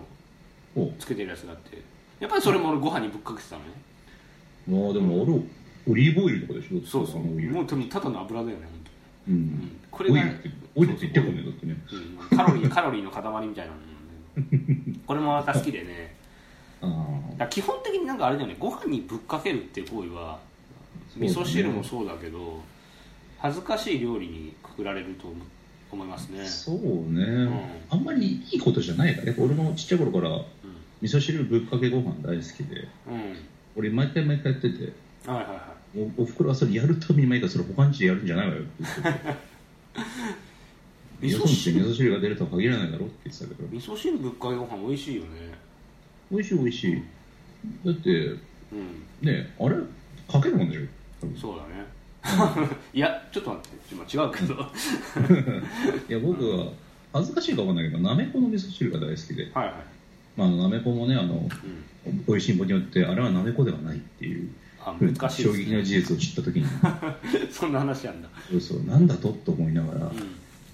S2: ほう
S1: つけてるやつがあってやっぱりそれも俺ご飯にぶっかけてたのね
S2: まあでも俺オリーブオイルとかでしょ
S1: そうそう
S2: あのオイル
S1: もう多分ただの油だよね
S2: う
S1: 本当に、うんん、こ
S2: オ
S1: れが
S2: イルってオイルって言ってこねだってね
S1: うんカロリーカロリーの塊みたいなのねこれもまた好きでね
S2: あ
S1: だ
S2: あ
S1: から基本的になんかあれだよねご飯にぶっかけるっていう行為は
S2: そうだ
S1: 味
S2: ね
S1: 噌汁もそうだけど恥ずかしい料理にくくられると思思いますね
S2: そうね、あんまりいいことじゃないからね俺もちっちゃい頃から味噌汁ぶっかけご飯大好きで
S1: うん、うん、
S2: 俺毎回毎回やってて
S1: はいはいは
S2: おおふくろはそれやるたびに毎回それ他んちでやるんじゃないわよって言って
S1: い
S2: 日本って味噌汁が出るとは限らないだろうって言ってたけど
S1: 味噌汁ぶっかけご飯美味しいよね
S2: 美味しい美味しいだって
S1: うん
S2: ねあれかけるもんでしょ多分
S1: そうだね いやちょっと待ってちょっと違うけど
S2: いや僕は恥ずかしいかわかんないけどなめこの味噌汁が大好きで、
S1: はいはい、
S2: まあ、なめこもねあの
S1: うん、
S2: 美味しい棒によってあれはなめこではないっていう
S1: あ難しい
S2: 衝撃の
S1: で
S2: 事実を知った 時に
S1: すねそんな話なんだ、
S2: そうそうなんだとと思いながら、
S1: うん、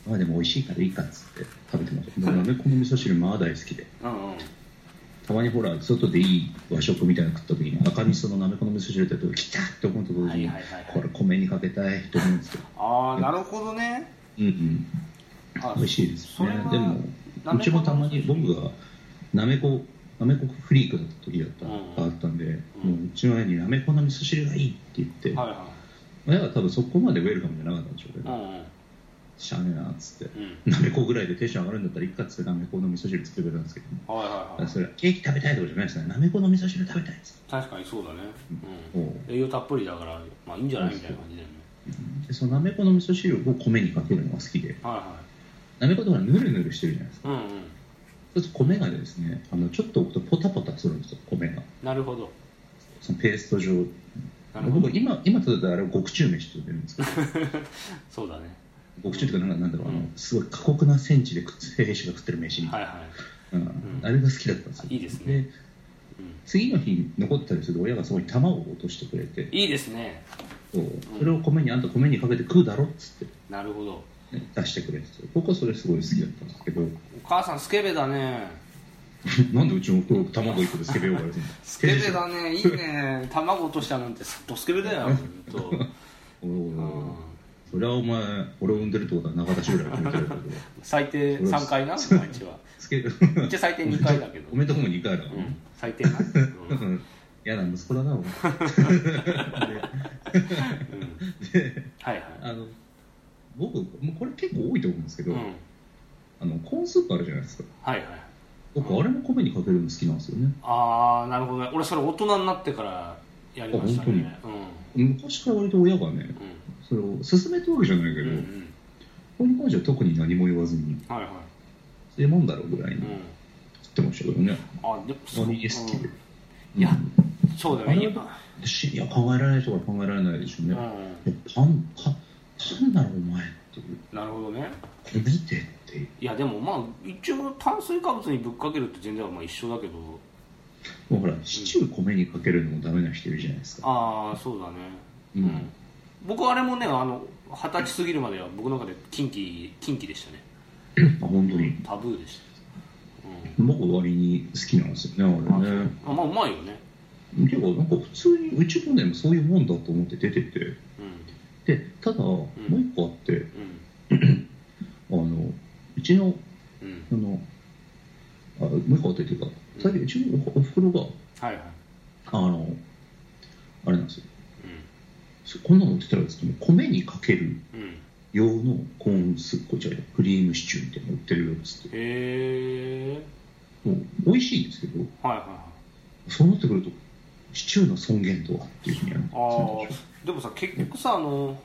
S2: まあでも美味しいからいいかっつって食べてましたでもなめこの味噌汁まあ大好きで
S1: うんうん
S2: たまにほら外でいい和食みたいなの食った時に赤味噌のなめこの味噌汁って言うときたって思うと同時に、
S1: はいはいはいはい
S2: これ米にかけたいと思うんですけど
S1: ああなるほどね
S2: うんうん
S1: あ
S2: 美味しいです
S1: それ
S2: ね
S1: は
S2: でも
S1: なめこ
S2: う
S1: の
S2: ちもたまに僕がなめこなめこフリークだった時だった、
S1: うん
S2: があったんで、
S1: うん
S2: もううちの親になめこの味噌汁がいいって言って、
S1: はいは
S2: 親は多分そこまでウェルカムじゃなかったんでしょうけ
S1: い
S2: ど、
S1: うん
S2: しゃあねえなっつって
S1: うん
S2: なめこぐらいでテンション上がるんだったらいっかっつってなめこの味噌汁作ってくれたんですけど、
S1: はいはいはい
S2: それはケーキ食べたいとかじゃないですねなめこの味噌汁食べたいっつって
S1: 確かにそうだね、う
S2: お
S1: ん
S2: う
S1: 栄養たっぷりだからまあいいんじゃないみたいな感じだよね
S2: でそのなめこの味噌汁を米にかけるのが好きで
S1: はい
S2: なめことかぬるぬるしてるじゃないですか
S1: はいうんうん
S2: そうすると米がですねあのちょっと置くとポタポタするんですよ米が
S1: なるほど
S2: そのペースト状
S1: なるほど
S2: 僕今今とだったらあれを極中飯って呼んでるんですけど
S1: そうだね
S2: 極中っていうかなんかなんだろう、あ
S1: う
S2: の
S1: ん
S2: すごい過酷な戦地で食って兵士が食ってる飯みた
S1: はいい
S2: な、
S1: はい
S2: うん
S1: ん
S2: あれが好きだったんですよ
S1: いいですね
S2: で
S1: うん
S2: 次の日に残ってたりすると親がそこに玉を落としてくれて
S1: いいですね
S2: そうそれを米にあんた米にかけて食うだろっつって
S1: なるほど
S2: ね出してくれてて僕はそれすごい好きだったんですけど
S1: お母さんスケベだね
S2: なんでうちの弟卵一個でスケベ呼ばれてるの
S1: スケベだねいいね卵落としたなんてドスケベだよほんと
S2: おーそれはお前俺を産んでるってことは仲田修来が決めてるけど
S1: 最低3回な毎日は
S2: スケベ
S1: うち最低2回だけど
S2: おめでとうも2回だも
S1: うんん最低な、うん
S2: うん嫌な息子だなお前で
S1: はいはい
S2: あの僕もうこれ結構多いと思うんですけ
S1: う
S2: ど、
S1: んはい
S2: あのコーンスープあるじゃないですか
S1: はい
S2: 僕あれも米にかけるの好きなんですよね
S1: ああなるほどね俺それ大人になってからやりましたねうん
S2: 昔から割と親がね
S1: うん
S2: それを勧めたわけじゃないけ
S1: う
S2: ど、
S1: んうん
S2: これに関しては特に何も言わずに
S1: はいはい
S2: そういうもんだろうぐらいに
S1: うん
S2: 食ってましたけどね
S1: あでも
S2: おにぎり好きで、
S1: うんいや
S2: うん
S1: そうだ
S2: あ
S1: ね
S2: れ
S1: 今
S2: 私いや考えられないとか考えられないでしょう
S1: う
S2: ね、
S1: ん
S2: いやパンパンパンだろお前っていう
S1: なるほどね
S2: 米ってっていう
S1: いやでもまあ一応炭水化物にぶっかけるって全然まあ一緒だけど
S2: もうほらシチュー米にかけるのもダメな人いるじゃないですか
S1: ああそうだね
S2: うん
S1: 僕はあれもねあの二十歳過ぎるまでは僕の中で禁忌禁忌でしたね
S2: あ本当に
S1: タブーでした、うん
S2: 僕割に好きなんですよねあれね
S1: あまあうまいよね
S2: ていうかなんか普通にうちもねそういうもんだと思って出てて
S1: うん
S2: でただ、もう一個あってあのうちの
S1: うんうん
S2: あのあもう一個あってっていうか最近うちのおおふくろが
S1: はいはい
S2: あのあれなんですよ
S1: う
S2: そこんなの売ってたらですけど米にかける
S1: んうん
S2: 用のコーンスープこちらクリームシチューみたいなの売ってるよっつって
S1: へえ
S2: もう美味しいんですけど
S1: はいはいはい
S2: そうなってくるとシチューの尊厳とはっていうふうになるんです
S1: あ
S2: よ
S1: ーでもさ結局さあの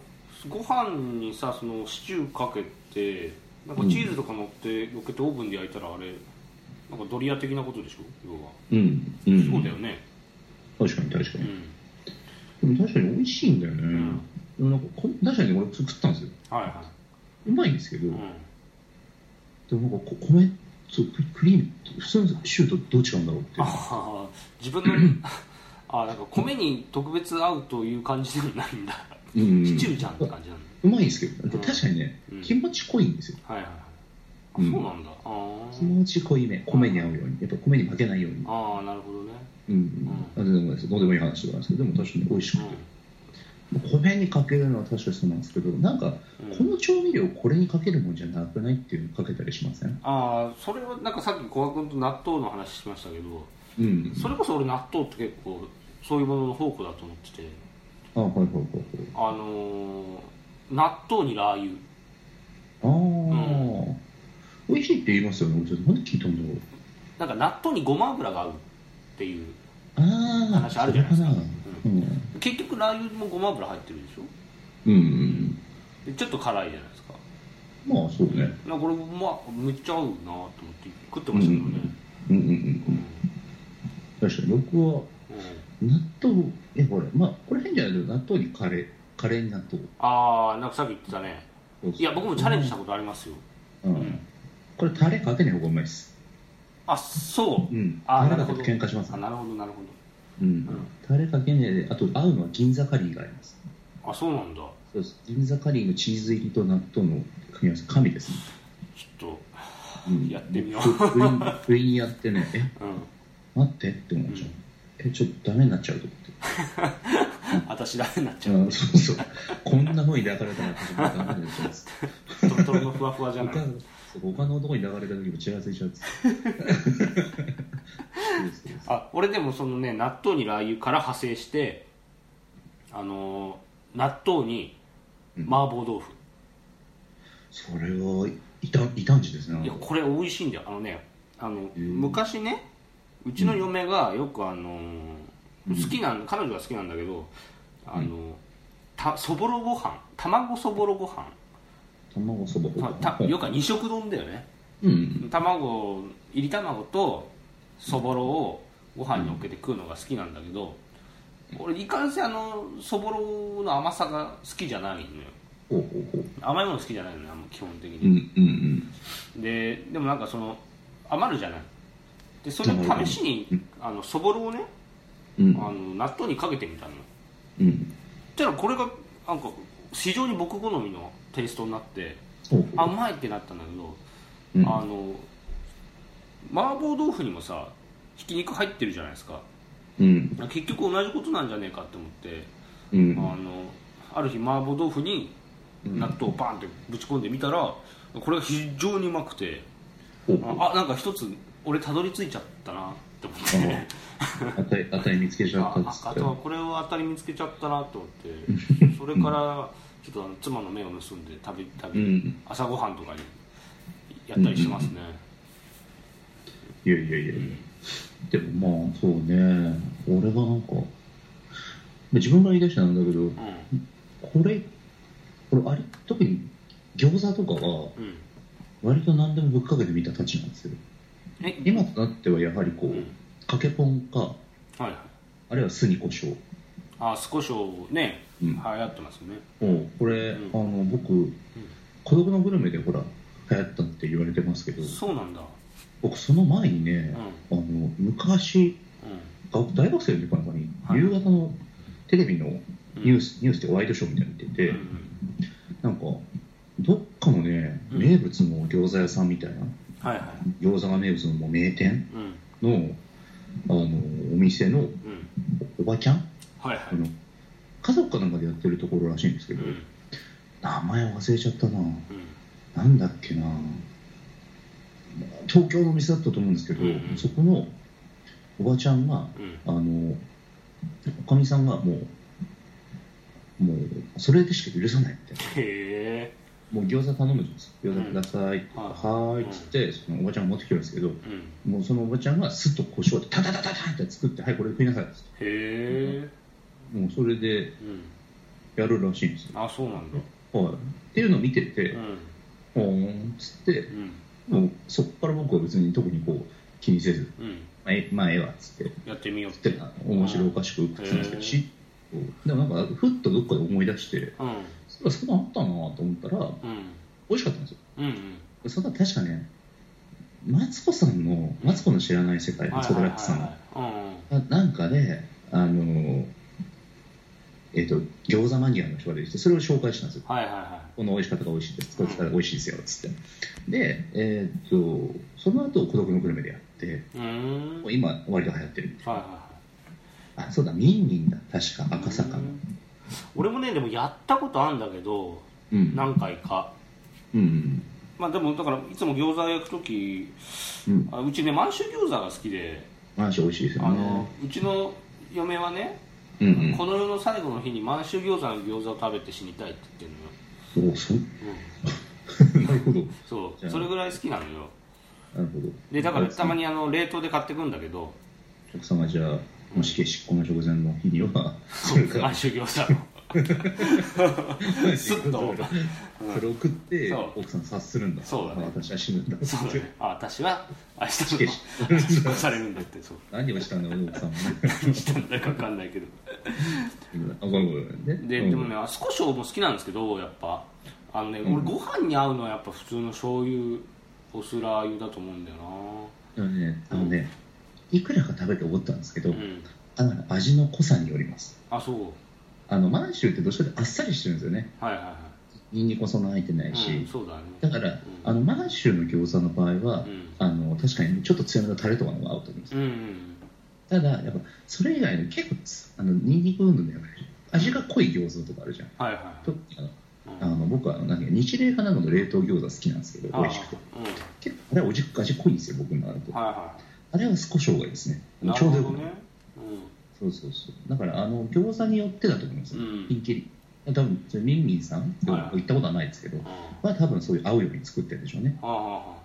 S1: ご飯にさそのシチューかけてなんかチーズとか乗ってのっけてオーブンで焼いたらあれなんかドリア的なことでしょ要は、
S2: うん、うん、
S1: そうだよね
S2: 確かに確か
S1: うん
S2: に、でも確かに美味しいんだよね、
S1: ん
S2: でもなんかこ確かに俺作ったんですよ
S1: はいは
S2: うまいんですけど、
S1: い、うん、
S2: でもなんかこ米そうククリームと普通のシューとどう違うんだろうっていう
S1: ああ自分のあなんか米に特別合うという感じではないんだ、
S2: うん
S1: シチューじゃんって感じなんだ
S2: うまいんですけどなんか確かにね、
S1: うん
S2: 気持ち濃いんですよ
S1: はいはいはいあ
S2: うん
S1: そうなんだあ
S2: 気持ち濃いめ米に合うようにやっぱ米に負けないように
S1: ーあーなるほどね
S2: うん、あでもですどうでもいい話とかなんですけどでも確かに美味しくて、
S1: う
S2: 米にかけるのは確かにそうなんですけどなんか
S1: ん、う
S2: こ
S1: ん、
S2: の調味料これにかけるもんじゃなくないっていうのかけたりしません
S1: ああそれはなんかさっき古賀君と納豆の話しましたけど、
S2: うん
S1: それこそ俺納豆って結構そういうものの宝庫だと思ってて
S2: あはいはいはい
S1: あのー納豆にラー油
S2: はいああ、美味しいって言いますよね俺ちょっとなんで聞いたんだろう
S1: なんか納豆にごま油が合うっていう
S2: ああ
S1: 話あるじゃないですか
S2: それな
S1: 結局ラー油もごま油入ってるでしょ
S2: うん、う
S1: で
S2: ん、
S1: ちょっと辛いじゃないですか
S2: まあそうね
S1: なんかこれもまあめっちゃ合うなと思って食ってましたけどね
S2: うんうんうん確かに僕は
S1: うん、
S2: 納豆えこれまあこれ変じゃないけど納豆にカレーカレーに納豆
S1: ああなんかさっき言ってたねいや僕もチャレンジしたことありますよ
S2: うん、これタレかけない方がうまいです。
S1: あそう
S2: うん。
S1: あー
S2: タレ
S1: な
S2: か
S1: るほ
S2: け
S1: ど
S2: て喧嘩します
S1: あ。なるほどなるほ
S2: うん。
S1: ん
S2: タレかけねえで、あと合うのは銀座カリーがあります。
S1: どあそうなんだ
S2: そうです。銀座カリーのチーズ入りと納豆の組み合わせ、神ですね。
S1: ちょっ
S2: うん
S1: やってみよう
S2: 僕不意に不意にやってね、え、
S1: とうん
S2: 待ってって思っちゃう。え、ちょっとダメになっちゃうと思って。
S1: 私ダメになっちゃう
S2: うん、そうそう。こんな風に流れたら私もダメになっちゃ うっつって。
S1: トロトロのふわふわじゃない
S2: 他そう他の男に流れた時もちらつ いちゃうっつって。そうですそうです
S1: あ俺でもそのね納豆にラー油から派生してあのー納豆に麻婆豆腐、
S2: それは異端異端児ですね。
S1: いやこれ美味しいんだよあのねあの、
S2: ん
S1: 昔ねうちの嫁がよくあのー好きなん彼女が好きなんだけどあのー、たそぼろご飯卵そぼろご飯
S2: 卵そばと
S1: ま
S2: か。
S1: あたよくは二色丼だよね
S2: うん
S1: 卵入り卵とそぼろをご飯にのっけて食うのが好きなんだけど、俺いかんせんあのそぼろの甘さが好きじゃないのよ
S2: ほうほうほう
S1: 甘いもの好きじゃないのよあんま基本的
S2: う
S1: に、
S2: んうん
S1: ででもなんかその余るじゃないでそれを試しにあのそぼろをね
S2: うんう
S1: あ
S2: ん
S1: の納豆にかけてみたのよ
S2: うん
S1: そしたらこれがなんか非常に僕好みのテイストになって
S2: ほう
S1: あうまいってなったんだけど、
S2: うん
S1: あの麻婆豆腐にもさひき肉入ってるじゃないですか
S2: うん
S1: 結局同じことなんじゃねえかって思って、
S2: うん
S1: あのある日麻婆豆腐に納豆をバンってぶち込んでみたらこれが非常にうまくて
S2: ほうほう
S1: ああなんか一つ俺たどり着いちゃったなって思って
S2: うんあたいあたい見つけちゃ
S1: あ
S2: ったっつ
S1: あ
S2: っ
S1: あ
S2: た
S1: とは
S2: ら
S1: これを当たり見つけちゃったなと思ってそれからちょっとあの妻の目を盗んでたびた
S2: う
S1: び
S2: ん
S1: 朝ごはんとかにやったりしてますね、
S2: いやいやいやいやでもまあそうね俺がなんか自分が言い出したんだけど
S1: うん
S2: これこれあれ特に餃子とかは
S1: うん
S2: 割と何でもぶっかけてみたたちなんですよ
S1: え
S2: 今となってはやはりこ
S1: うん
S2: うかけポンか
S1: はいはい
S2: あるいは酢に胡椒
S1: あ少しね
S2: う
S1: 流
S2: ん
S1: 行ってますよね
S2: もうこれ、
S1: うん
S2: あの僕孤独のグルメでほら流行ったって言われてますけど
S1: そうなんだ
S2: 僕その前に
S1: う
S2: ね
S1: ん、
S2: あの昔が大学生の時かなんかに、
S1: はい
S2: 夕方のテレビの
S1: うん
S2: ニュース、ニュースでワイドショーみたいなの見てて、
S1: うんうん
S2: なんかどっかのね
S1: うん
S2: 名物の餃子屋さんみたいな
S1: はいはい
S2: 餃子が名物のもう名店
S1: うん
S2: のあのお店の
S1: うん
S2: おばちゃん
S1: はいは
S2: あ
S1: い
S2: の家族かなんかでやってるところらしいんですけ
S1: うん
S2: ど、名前忘れちゃったな
S1: うん
S2: なんだっけな東京のお店だったと思うんですけど、
S1: うんうん
S2: そこのおばちゃんが
S1: うん
S2: あのおかみさんがもうもうそれでしか許さないみたいな
S1: へえ
S2: もう餃子頼むんです餃子くださいって、
S1: うん
S2: はーいっつってそのおばちゃんが持ってきてるんですけど
S1: うん
S2: もうそのおばちゃんが酢と胡椒でタタタタタって作ってはいこれ食いなさいっつっ
S1: へえ
S2: てもうそれで
S1: うん
S2: やるらしいんですよ、
S1: あそうなんだ
S2: はい、っていうのを見て
S1: う
S2: て
S1: ん
S2: ほーんっつって
S1: うん
S2: もうそこから僕は別に特にこう気にせず
S1: うん
S2: まあえまあええわっつって
S1: やってみようっ
S2: つってて面白おかしく食ってましたしでもなんかふっとどっかで思い出して
S1: うん
S2: そそんなのあったなと思ったら
S1: うん
S2: 美味しかったんですよ
S1: うんうん
S2: でそんな確かねマツコさんの「マツコの知らない世界」マツコ・デラックスさんの
S1: はいはいはいはい
S2: ななんかであのーえっ、と餃子マニアの人が出てきてそれを紹介したんですよ
S1: はいはいはい
S2: この美味しかったが美味しいですこれ使ったら美味しいですよっつってでえっ、とその後孤独のグルメでやって
S1: うーん
S2: もう
S1: はい
S2: 今割と流行ってる
S1: はいは
S2: あそうだミンミンだ確か
S1: い
S2: 赤坂
S1: う
S2: の
S1: ん俺もねでもやったことあるんだけど
S2: うん
S1: 何回か
S2: うん
S1: まあでもだからいつも餃子焼く時
S2: うん
S1: あうちね満州餃子が好きで
S2: マジ美味しいですよ
S1: あの
S2: ね
S1: うちの嫁はね
S2: うんうん
S1: この世の最後の日に満州餃子の餃子を食べて死にたいって言って
S2: おそう
S1: るのよ、
S2: なる ほど
S1: うん、
S2: じ
S1: そ
S2: ゃ
S1: う
S2: あ
S1: それぐらい好きなのよ
S2: なるほど
S1: でだからたま
S2: に
S1: にあの冷凍で買ってくんだけど
S2: 奥様じゃあもし結婚の直前の日にはそれか
S1: 満州餃 子のスッと
S2: それそれを送って
S1: そう
S2: 奥さん察するんだ
S1: そうだね
S2: あ私は死ぬんだ
S1: そうだねあ私は明
S2: 死
S1: 日
S2: 刑
S1: の
S2: し
S1: 執行されるんだってそう
S2: 何をしたんだろう奥さんもね
S1: 何したんだか分かんないけど
S2: あごめんごめんね
S1: で
S2: うん
S1: でもね少しも好きなんですけどやっぱあのね、俺ご飯に合うのはやっぱ普通の醤油お酢ラー油だと思うんだよ
S2: でもねあのねいくらか食べて思ったんですけど
S1: なうん
S2: あの味の濃さによります
S1: あそう
S2: あの満州ってどっちかってあっさりしてるんですよね
S1: はいはいは
S2: ニンニクもそんな入ってないいし、
S1: うん、そうだね
S2: だから、あの満州の餃子の場合
S1: う
S2: は、
S1: ん
S2: あの確かにちょっと強めのタレとかの方が合うと思います、
S1: うんうん
S2: ただやっぱそれ以外の結構あのニンニク運動で味が濃い餃子とかあるじゃん
S1: はいはいはい
S2: 特にあ
S1: う
S2: の
S1: ん
S2: あの僕はあの何日霊派なので冷凍餃子好きなんですけど
S1: あ
S2: 美味しくて
S1: うんはい
S2: 結構あれはおじ味濃いんですよ僕のあると
S1: は
S2: あれは少しょうがいいですね
S1: いなる
S2: ちょうど
S1: ほ
S2: よ
S1: ど
S2: く
S1: ね
S2: そうそうそうだからあの餃子によってだと思います
S1: うん、
S2: よ、
S1: う
S2: ピン
S1: ん
S2: キリ多分それミンミンさん
S1: はい
S2: 行ったことはないですけど
S1: うん、は
S2: は多分そういう合うように作ってるんでしょうね、
S1: あはあはあ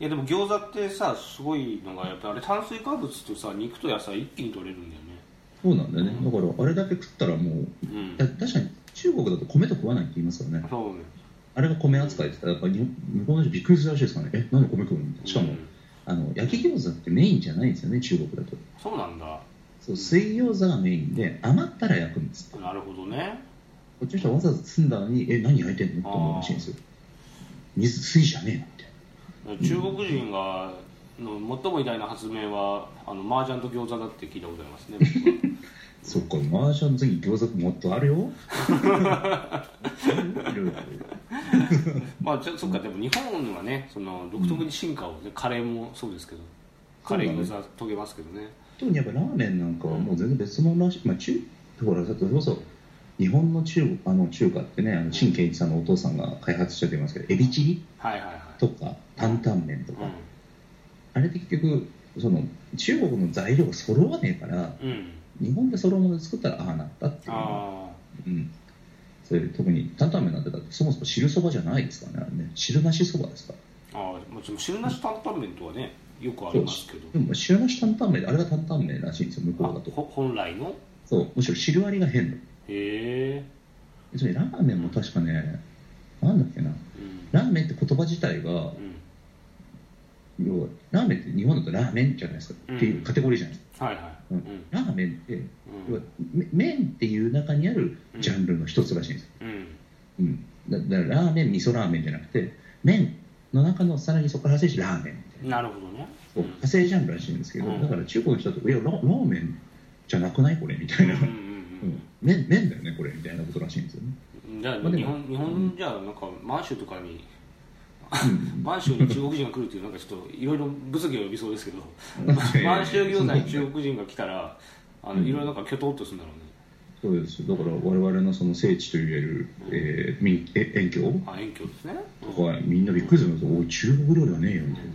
S1: いやでも餃子ってさすごいのがやっぱりあれ炭水化物とさ肉と野菜一気に取れるんだよね
S2: そうなんだよねだからあれだけ食ったらもう
S1: うん
S2: だ確かに中国だと米と食わないって言いますからね
S1: そうね
S2: あれが米扱いって言ったらやっぱ日本向こうの人びっくりするらしいですからねえなんで米食うのみたいなしかも、
S1: うん
S2: あの焼き餃子ってメインじゃないんですよね中国だと
S1: そうなんだ
S2: そう水餃子がメインで余ったら焼くんですこ
S1: なるほどね
S2: っちの人はわざわざ包んだのにえ何焼いてんのって思うらしいんですよ水水じゃねえなみたいな
S1: 中国人がの最も偉大な発明はあの麻雀と餃子だって聞いたことありますね僕は
S2: そっかマージャン次餃子もっとあるよいろいろあるよ
S1: まあじゃそっかでも日本はねその独特に進化をね、カレーもそうですけどカレー餃子遂げますけどね
S2: 特にやっぱラーメンなんかはもう全然別物らしい、まあ、中ほらだってそれこそ日本の中あの中華ってねあの陳建一さんのお父さんが開発したと言いますけどエビチリ
S1: はいはいはい
S2: とか担々麺とか、
S1: う
S2: あれって結局その中国の材料が揃わねえから
S1: ん、うん、
S2: 日本で揃うもので作ったらああなったっていう、
S1: あ
S2: うん、それで特に担々麺なんてだってそもそも汁そばじゃないですからねあれね汁なしそばですから
S1: ーあーまあその汁なし担々麺とはねよくありますけど
S2: でも汁なし担々麺であれが担々麺らしいんですよ向こうだ
S1: あ
S2: と
S1: ほ本来の
S2: そうむしろ汁割りが変だ
S1: へえ、
S2: 別にラーメンも確かねなんだっけな
S1: うん
S2: ラーメンって言葉自体が
S1: うん、
S2: 要はラーメンって日本だとラーメンじゃないですか、
S1: うん
S2: っていうカテゴリーじゃないですか
S1: はいはい、
S2: うん
S1: うん
S2: ラーメンって
S1: う
S2: 要は
S1: ん
S2: め麺っていう中にあるジャンルの一つらしいんですよ、
S1: うん
S2: うん、だだからラーメン味噌ラーメンじゃなくて麺の中のさらにそこから派生してラーメンみたいな
S1: なるほどね
S2: こう派生ジャンルらしいんですけど、
S1: うん
S2: だから中国の人だと「いやララーメンじゃなくないこれ」みた
S1: う
S2: い
S1: んう
S2: な、
S1: ん
S2: うん麺麺だよねこれみたいなことらしいんですよ
S1: う
S2: ね、
S1: んうんじゃあ
S2: まあでも
S1: 日本日本じゃなんか満州とかに
S2: うん
S1: 満州に中国人が来るっていうなんかちょっといろいろ物議を呼びそうです けど満州餃子に中国人が来たらあのいろいろなんかきょとっとするんだろうね
S2: そうですだから我々のその聖地といえる、えー、民え遠郷
S1: あ遠距ですね
S2: とかみんなびっくりするんですよおい中国料理はねえよみたいな、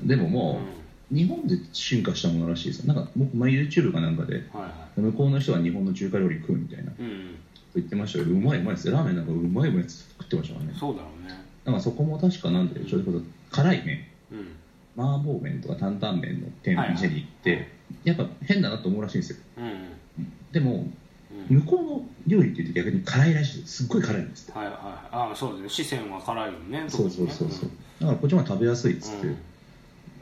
S2: うん、でも
S1: うん
S2: もう日本で進化したものらしいですよなんか僕前 YouTube かなんかで
S1: はいは
S2: 向こうの人は日本の中華料理食うみたいなこ
S1: いうん
S2: と言ってましたけどうまいうまいですよラーメンなんかうまいうまいやつ食ってましたからね
S1: そうだろうね
S2: なんかそこも確かなんでちょっと辛い麺
S1: うん
S2: 麻婆麺とか担々麺の店
S1: はいはい
S2: 店に行って、やっぱ変だなと思うらしいんですよ
S1: うん
S2: でも
S1: うんうん
S2: 向こうの料理って言うと逆に辛いらしいですすっごい辛いんですって
S1: はいはいあそうですね四川は辛いよね
S2: そうそうそうそうだからこっちも食べやすいっつっ
S1: 特
S2: て、
S1: にね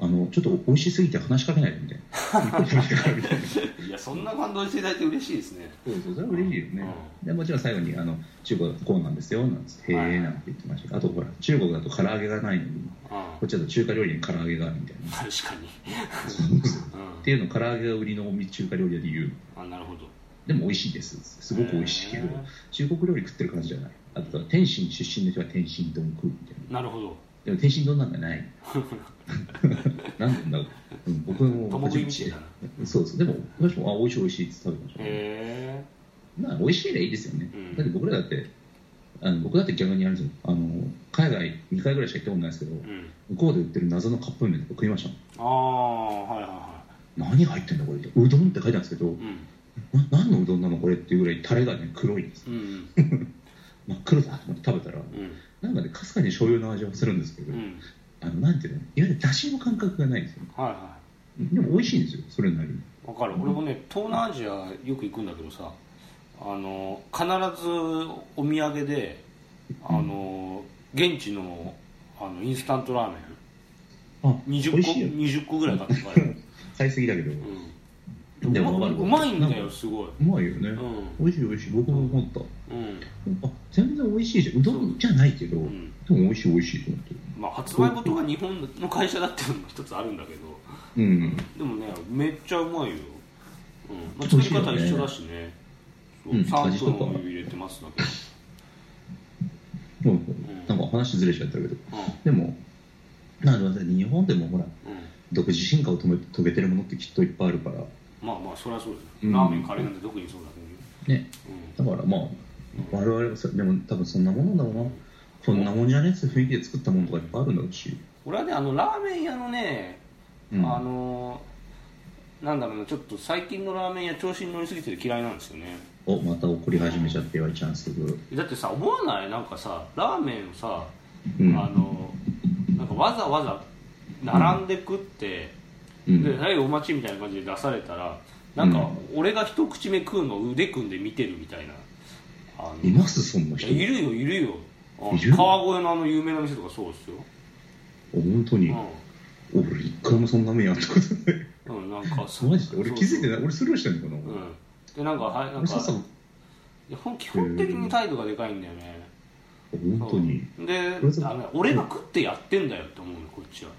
S2: あのちょっと美味しすぎて話しかけないでみたい なそう
S1: うんいやそんな感動していただいて嬉しいですね
S2: そうそれは嬉しいよね、でもちろん最後にあの「中国はこうなんですよ」なんつって「へ
S1: はい
S2: え」なんて言ってましたけどあとほら中国だと唐揚げがないのに
S1: うん
S2: こっちだと中華料理に唐揚げがあるみたいな
S1: 確かにうん
S2: っていうのを唐揚げが売りの中華料理屋で言う
S1: あなるほど
S2: でも美味しいですすごく美味しいけど
S1: へー
S2: 中国料理食ってる感じじゃないあと天津出身の人は天津丼食うみたいな
S1: なるほど
S2: でも天津丼なんかない なんでだろう、うん、僕も
S1: とも食いみたいな
S2: そうそうでも私もあ美味しい美味しいって食べました、
S1: へ
S2: まあ美味しいでいいですよね、
S1: うん
S2: だって僕らだってあの僕だって逆にあれですよあの海外2回ぐらいしか行ったことないですけど
S1: えうん
S2: 向こうで売ってる謎のカップ麺とか食いましたもん
S1: ああはいはいは
S2: 何入ってんだこれってうどんって書いてあるんですけど
S1: いうん
S2: な何のうどんなのこれっていうぐらいタレがね黒いんです
S1: うん
S2: 真っ黒だと思って食べたら
S1: うん
S2: なんかねかすかに醤油の味はするんですけど、
S1: うん
S2: あのなんていうのいわゆるだしの感覚がないんですよ
S1: はいは
S2: でも美味しいんですよそれなりに
S1: いわかる俺もね東南アジアよく行くんだけどさあの必ずお土産であの現地のあのインスタントラーメ
S2: あ
S1: ン20
S2: 美味
S1: 個
S2: しいよ
S1: 20個ぐらい買って帰る、
S2: 買いすぎだけど
S1: うん、
S2: でも
S1: うま
S2: わかる
S1: うまいんだよすごいう
S2: まいよね、
S1: うん
S2: 美味しい美味しい僕も思った
S1: うん、
S2: あ全然美味しいじゃんうどんじゃないけど、
S1: うん
S2: でも美味しい美味しいと思って
S1: まあ、発売元が日本の会社だっていうのも一つあるんだけど
S2: うん
S1: でもねめっちゃうまいよ、うんまあ、
S2: 美
S1: 作
S2: 味
S1: り
S2: しい
S1: 方一
S2: よね
S1: 緒だしねそう
S2: うん味
S1: 3
S2: とか
S1: 分お湯入れてますだけ
S2: うんなんか話ずれちゃったけど
S1: う
S2: でもなんだ日本でもほら
S1: ん、うん、
S2: 独自進化を遂げ遂げてるものってきっといっぱいあるから
S1: まあまあそりゃそうですよ、
S2: うん
S1: ラーメンカレーなんて特にそうだけ
S2: ね
S1: ど、うん
S2: だからまあ我々はそでも多分そんなもんなんだろうなこんなもんじゃねえって雰囲気で作ったものとかいっぱいあるんだろうし、
S1: 俺はねあのラーメン屋のね、
S2: うん、
S1: あのなんだろうなちょっと最近のラーメン屋調子に乗りすぎてて嫌いなんですよね
S2: おまた怒り始めちゃって岩井ちゃんすぐ
S1: だってさ思わないなんかさラーメンをさ、
S2: うん
S1: あのなんかわざわざ並んで食って、
S2: うん
S1: で「はいお待ち」みたいな感じで出されたらなんか俺が一口目食うのを腕組んで見てるみたいなあの
S2: いますそんない人
S1: やいるよいるよあ
S2: いる
S1: 川越のあの有名な店とかそうですよ
S2: お本当に、俺一回もそんな目やったことない
S1: うん、うん、なん かさ
S2: マジで俺気づいて
S1: い
S2: ない俺スルーしてんのかな、
S1: うんでなんかはいなん
S2: 俺
S1: か
S2: さっさと
S1: いやほん基本的に態度がでかいんだよね
S2: 本当に
S1: で
S2: これさ
S1: あのね俺が食ってやってんだよって思うのこっちは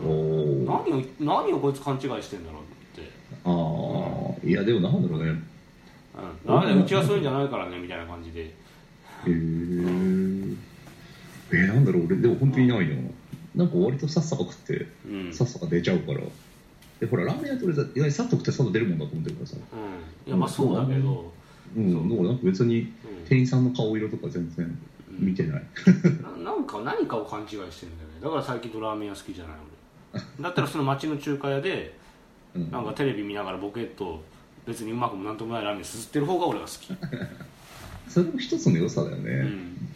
S2: おお
S1: 何を何をこいつ勘違いしてんだろうって、
S2: ああいやでもなんだろうね
S1: うん、ダメだようちはそういうんじゃないからねみたいな感じで
S2: へーえー、なんだろう俺でも本当にないななんか割とさっさと食って
S1: うん
S2: さっさと出ちゃうからでほらラーメン屋って俺意外にさっと食ってさっと出るもんだと思ってるからさ
S1: うんいやまあそうだけど、
S2: う
S1: そ
S2: ん
S1: う
S2: だからなんか別に
S1: うん
S2: 店員さんの顔色とか全然見てない、
S1: ななんか何かを勘違いしてるんだよねだから最近ドラーメン屋好きじゃない俺だったらその町の中華屋で
S2: うん
S1: なんかテレビ見ながらボケっと別にうまくもなんともないラーメンすすってる方が俺は好き
S2: それも一つの良さだよ
S1: う
S2: ね、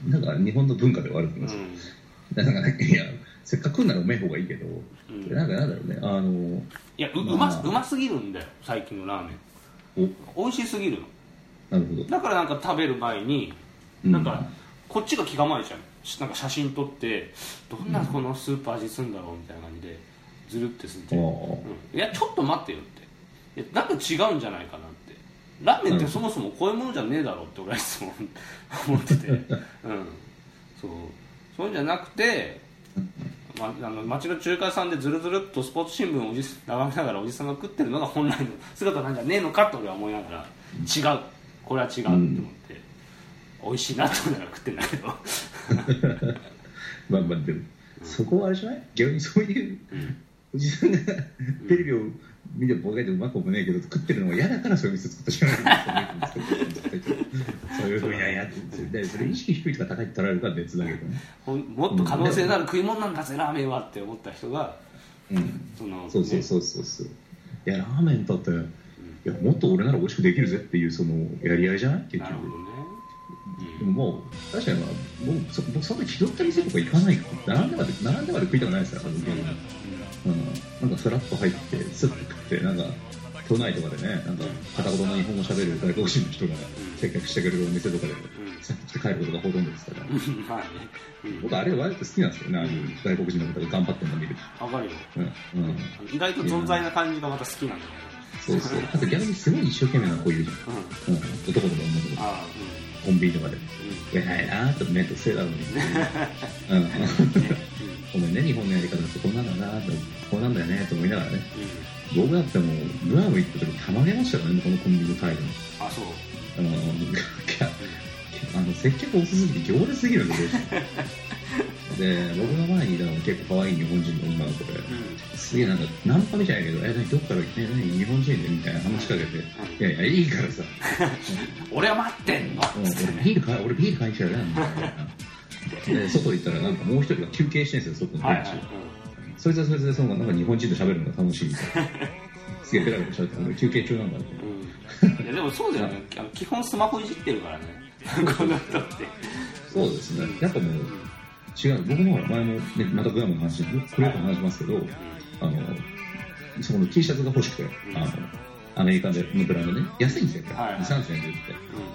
S1: ん、
S2: なんか日本の文化ではあると思
S1: う
S2: います、
S1: ん
S2: だからなんかいやせっかく食うならうめえ方がいいけど、
S1: うん
S2: なんかなんだろうねあの
S1: いやううますうますぎるんだよ最近のラーメン
S2: お
S1: 美味しすぎるの
S2: なるほど
S1: だからなんか食べる前になんかこっちが気構えちゃうしなんか写真撮ってどんなこのスープ味するんだろうみたいな感じでずるってすん
S2: う
S1: で、
S2: ん
S1: う
S2: あ
S1: んいやちょっと待ってよっていやなんか違うんじゃないかなってラーメンってそもそもこういうものじゃねえだろうって俺はいつも思ってて、うん、そうそういうんじゃなくて、ま、あの町の中華屋さんでずるずるっとスポーツ新聞をおじ眺めながらおじさんが食ってるのが本来の姿なんじゃねえのかと俺は思いながら違うこれは違うって思って。美味しいなと思いながら食ってんだけど
S2: まあまあでもそこはあれじゃない逆にそういう
S1: うん
S2: おじさんがテレビを見てボケてうまくもねえけど食ってるのが嫌だからそういう店作ったじゃないですかそういうふうにやってでそれ意識低いとか高いって取られるから別だけどね
S1: ほんもっと可能性のある食い物なんだぜラーメンはって思った人が
S2: うん
S1: その
S2: そうそう
S1: ね
S2: そうそうそういやラーメンだっていやもっと俺なら美味しくできるぜっていうそのやり合いじゃない結
S1: なるほど
S2: 局
S1: ね、
S2: でももう確かにまあもうそ僕そんな気取った店とか行かないから並んでまで並んでまで食いたくないですから僕うん、なんかスラッと入ってスッと食ってなんか都内とかでねなんか片言の日本語喋る外国人の人が接客してくれるお店とかでさって帰ることがほとんどですから
S1: うんうんまあね、うん、
S2: 僕あれ割と好きなんですよねああいう外国人の方が頑張ってるの見る
S1: わかるよ
S2: と、うんうん、
S1: あの意外と存在な感じがまた好きなんだよね
S2: そうそうあと逆にすごい一生懸命な子いるじ
S1: うん
S2: ゃん、うん、男とか女とか
S1: ああ
S2: コンビニとかで
S1: うんうん
S2: 偉いなーって面倒くせえだろうね、うん、
S1: ね
S2: ごめんね日本のやり方ってこんなんだなーってこうなんだよねと思いながらね
S1: うんうん
S2: 僕だってもうグアム行った時たまげましたからねこのコンビニの態度に
S1: あそう
S2: あのあの 接客遅すぎて行列すぎるんですよで僕の前にいたのが結構可愛い日本人の女の子で
S1: うん
S2: すげえなんかナンパみたいだけど「え何どっから来て何日本人で?」みたいな話しかけて「いやいやいいからさ
S1: 俺は待ってんの
S2: うん俺ビール買い俺ビール買いに来たよな」 みたいなで外行ったらなんかもう一人が休憩してるんですよ外の
S1: はい
S2: ベ
S1: は
S2: ン
S1: い
S2: チでそれでそれでそのなんか日本人と喋るのが楽しいみたいなすげえペラペラ喋ってるの休憩中なんだって
S1: うん、うん、いやでもそうだよねあの基本スマホいじってるからねこの人って
S2: そうですねやっぱもう
S1: うん
S2: 違う僕もほら前も、ね、またグラムの話これよく話しますけどあのそこの T シャツが欲しくてあのアメリカのブランドね安いんですよ、
S1: はいはい
S2: 23千円で売って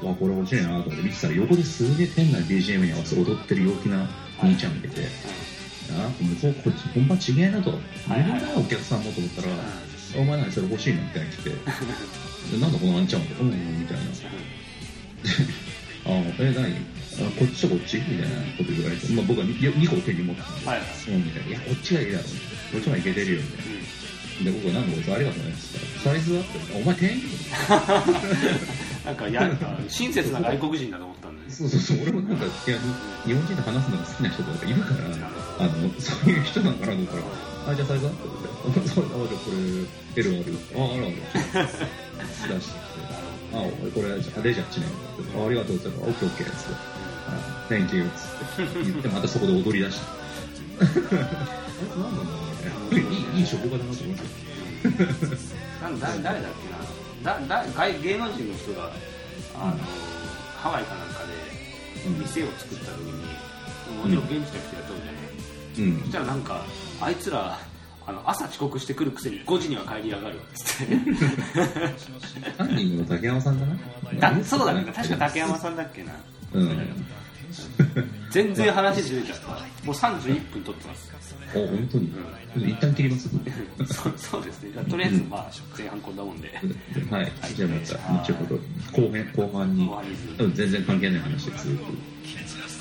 S1: うん
S2: わこれ欲しいなと思って見てたら横ですげえ店内 BGM に合わせて踊ってる陽気な兄ちゃん見てて、あ向こうこっち本場ちげえなと
S1: はいはい
S2: 無理だなお客さんもと思ったら、
S1: う
S2: お前何それ欲しいのみたいに来 てでなんだこの兄ちゃんもうんうんみたいなあえ何あこっちとこっちみたいなこと言われて、まあ、僕は 2, 個手に持ってたんで
S1: んはいはい
S2: うんみたいな「いやこっちがいいだろ」こっちがいけてるよ」みたいなで僕は「なんかこいつありがとうね」っつったら「サイズは?」って「お前店員?」
S1: なんかやなんか親切な外国人だと思ったんだね
S2: そうそうそう俺もなんかいや日本人と話すのが好きな人とかいるからあのそういう人なのかなと思ったら「あじゃあサ イズは?」って言って「あじゃあこれ L あるよ」「ああるある」出してきて「あ俺これじゃあレジャーしない」ってあありがとう」って言ったら「オッケーオッケー」っつって「Thank you」っつって言ってまたそこで踊り出したあれ何なんだろうねいいいい職場だなと思って
S1: なんだ誰誰だっけなだだ外芸能人の人があの、ハワイかなんかで
S2: うん
S1: 店を作った時に、もちろん現地の人やったんじゃない、
S2: うん
S1: そしたらなんかあいつらあの朝遅刻してくるくせに5時には帰りやが るっつって
S2: カンニングの竹山さんか
S1: だ
S2: な
S1: そうだね確か竹山さんだっけな
S2: うん
S1: 全然話ずれちゃ ったもう31分撮ってます
S2: お本当に一旦切ります
S1: そそうですねじゃあとりあえずまあ前半こんなもんで
S2: はいじゃあまた後ほど後編後半に
S1: 終わりず
S2: うん全然関係ない話で続く
S3: 「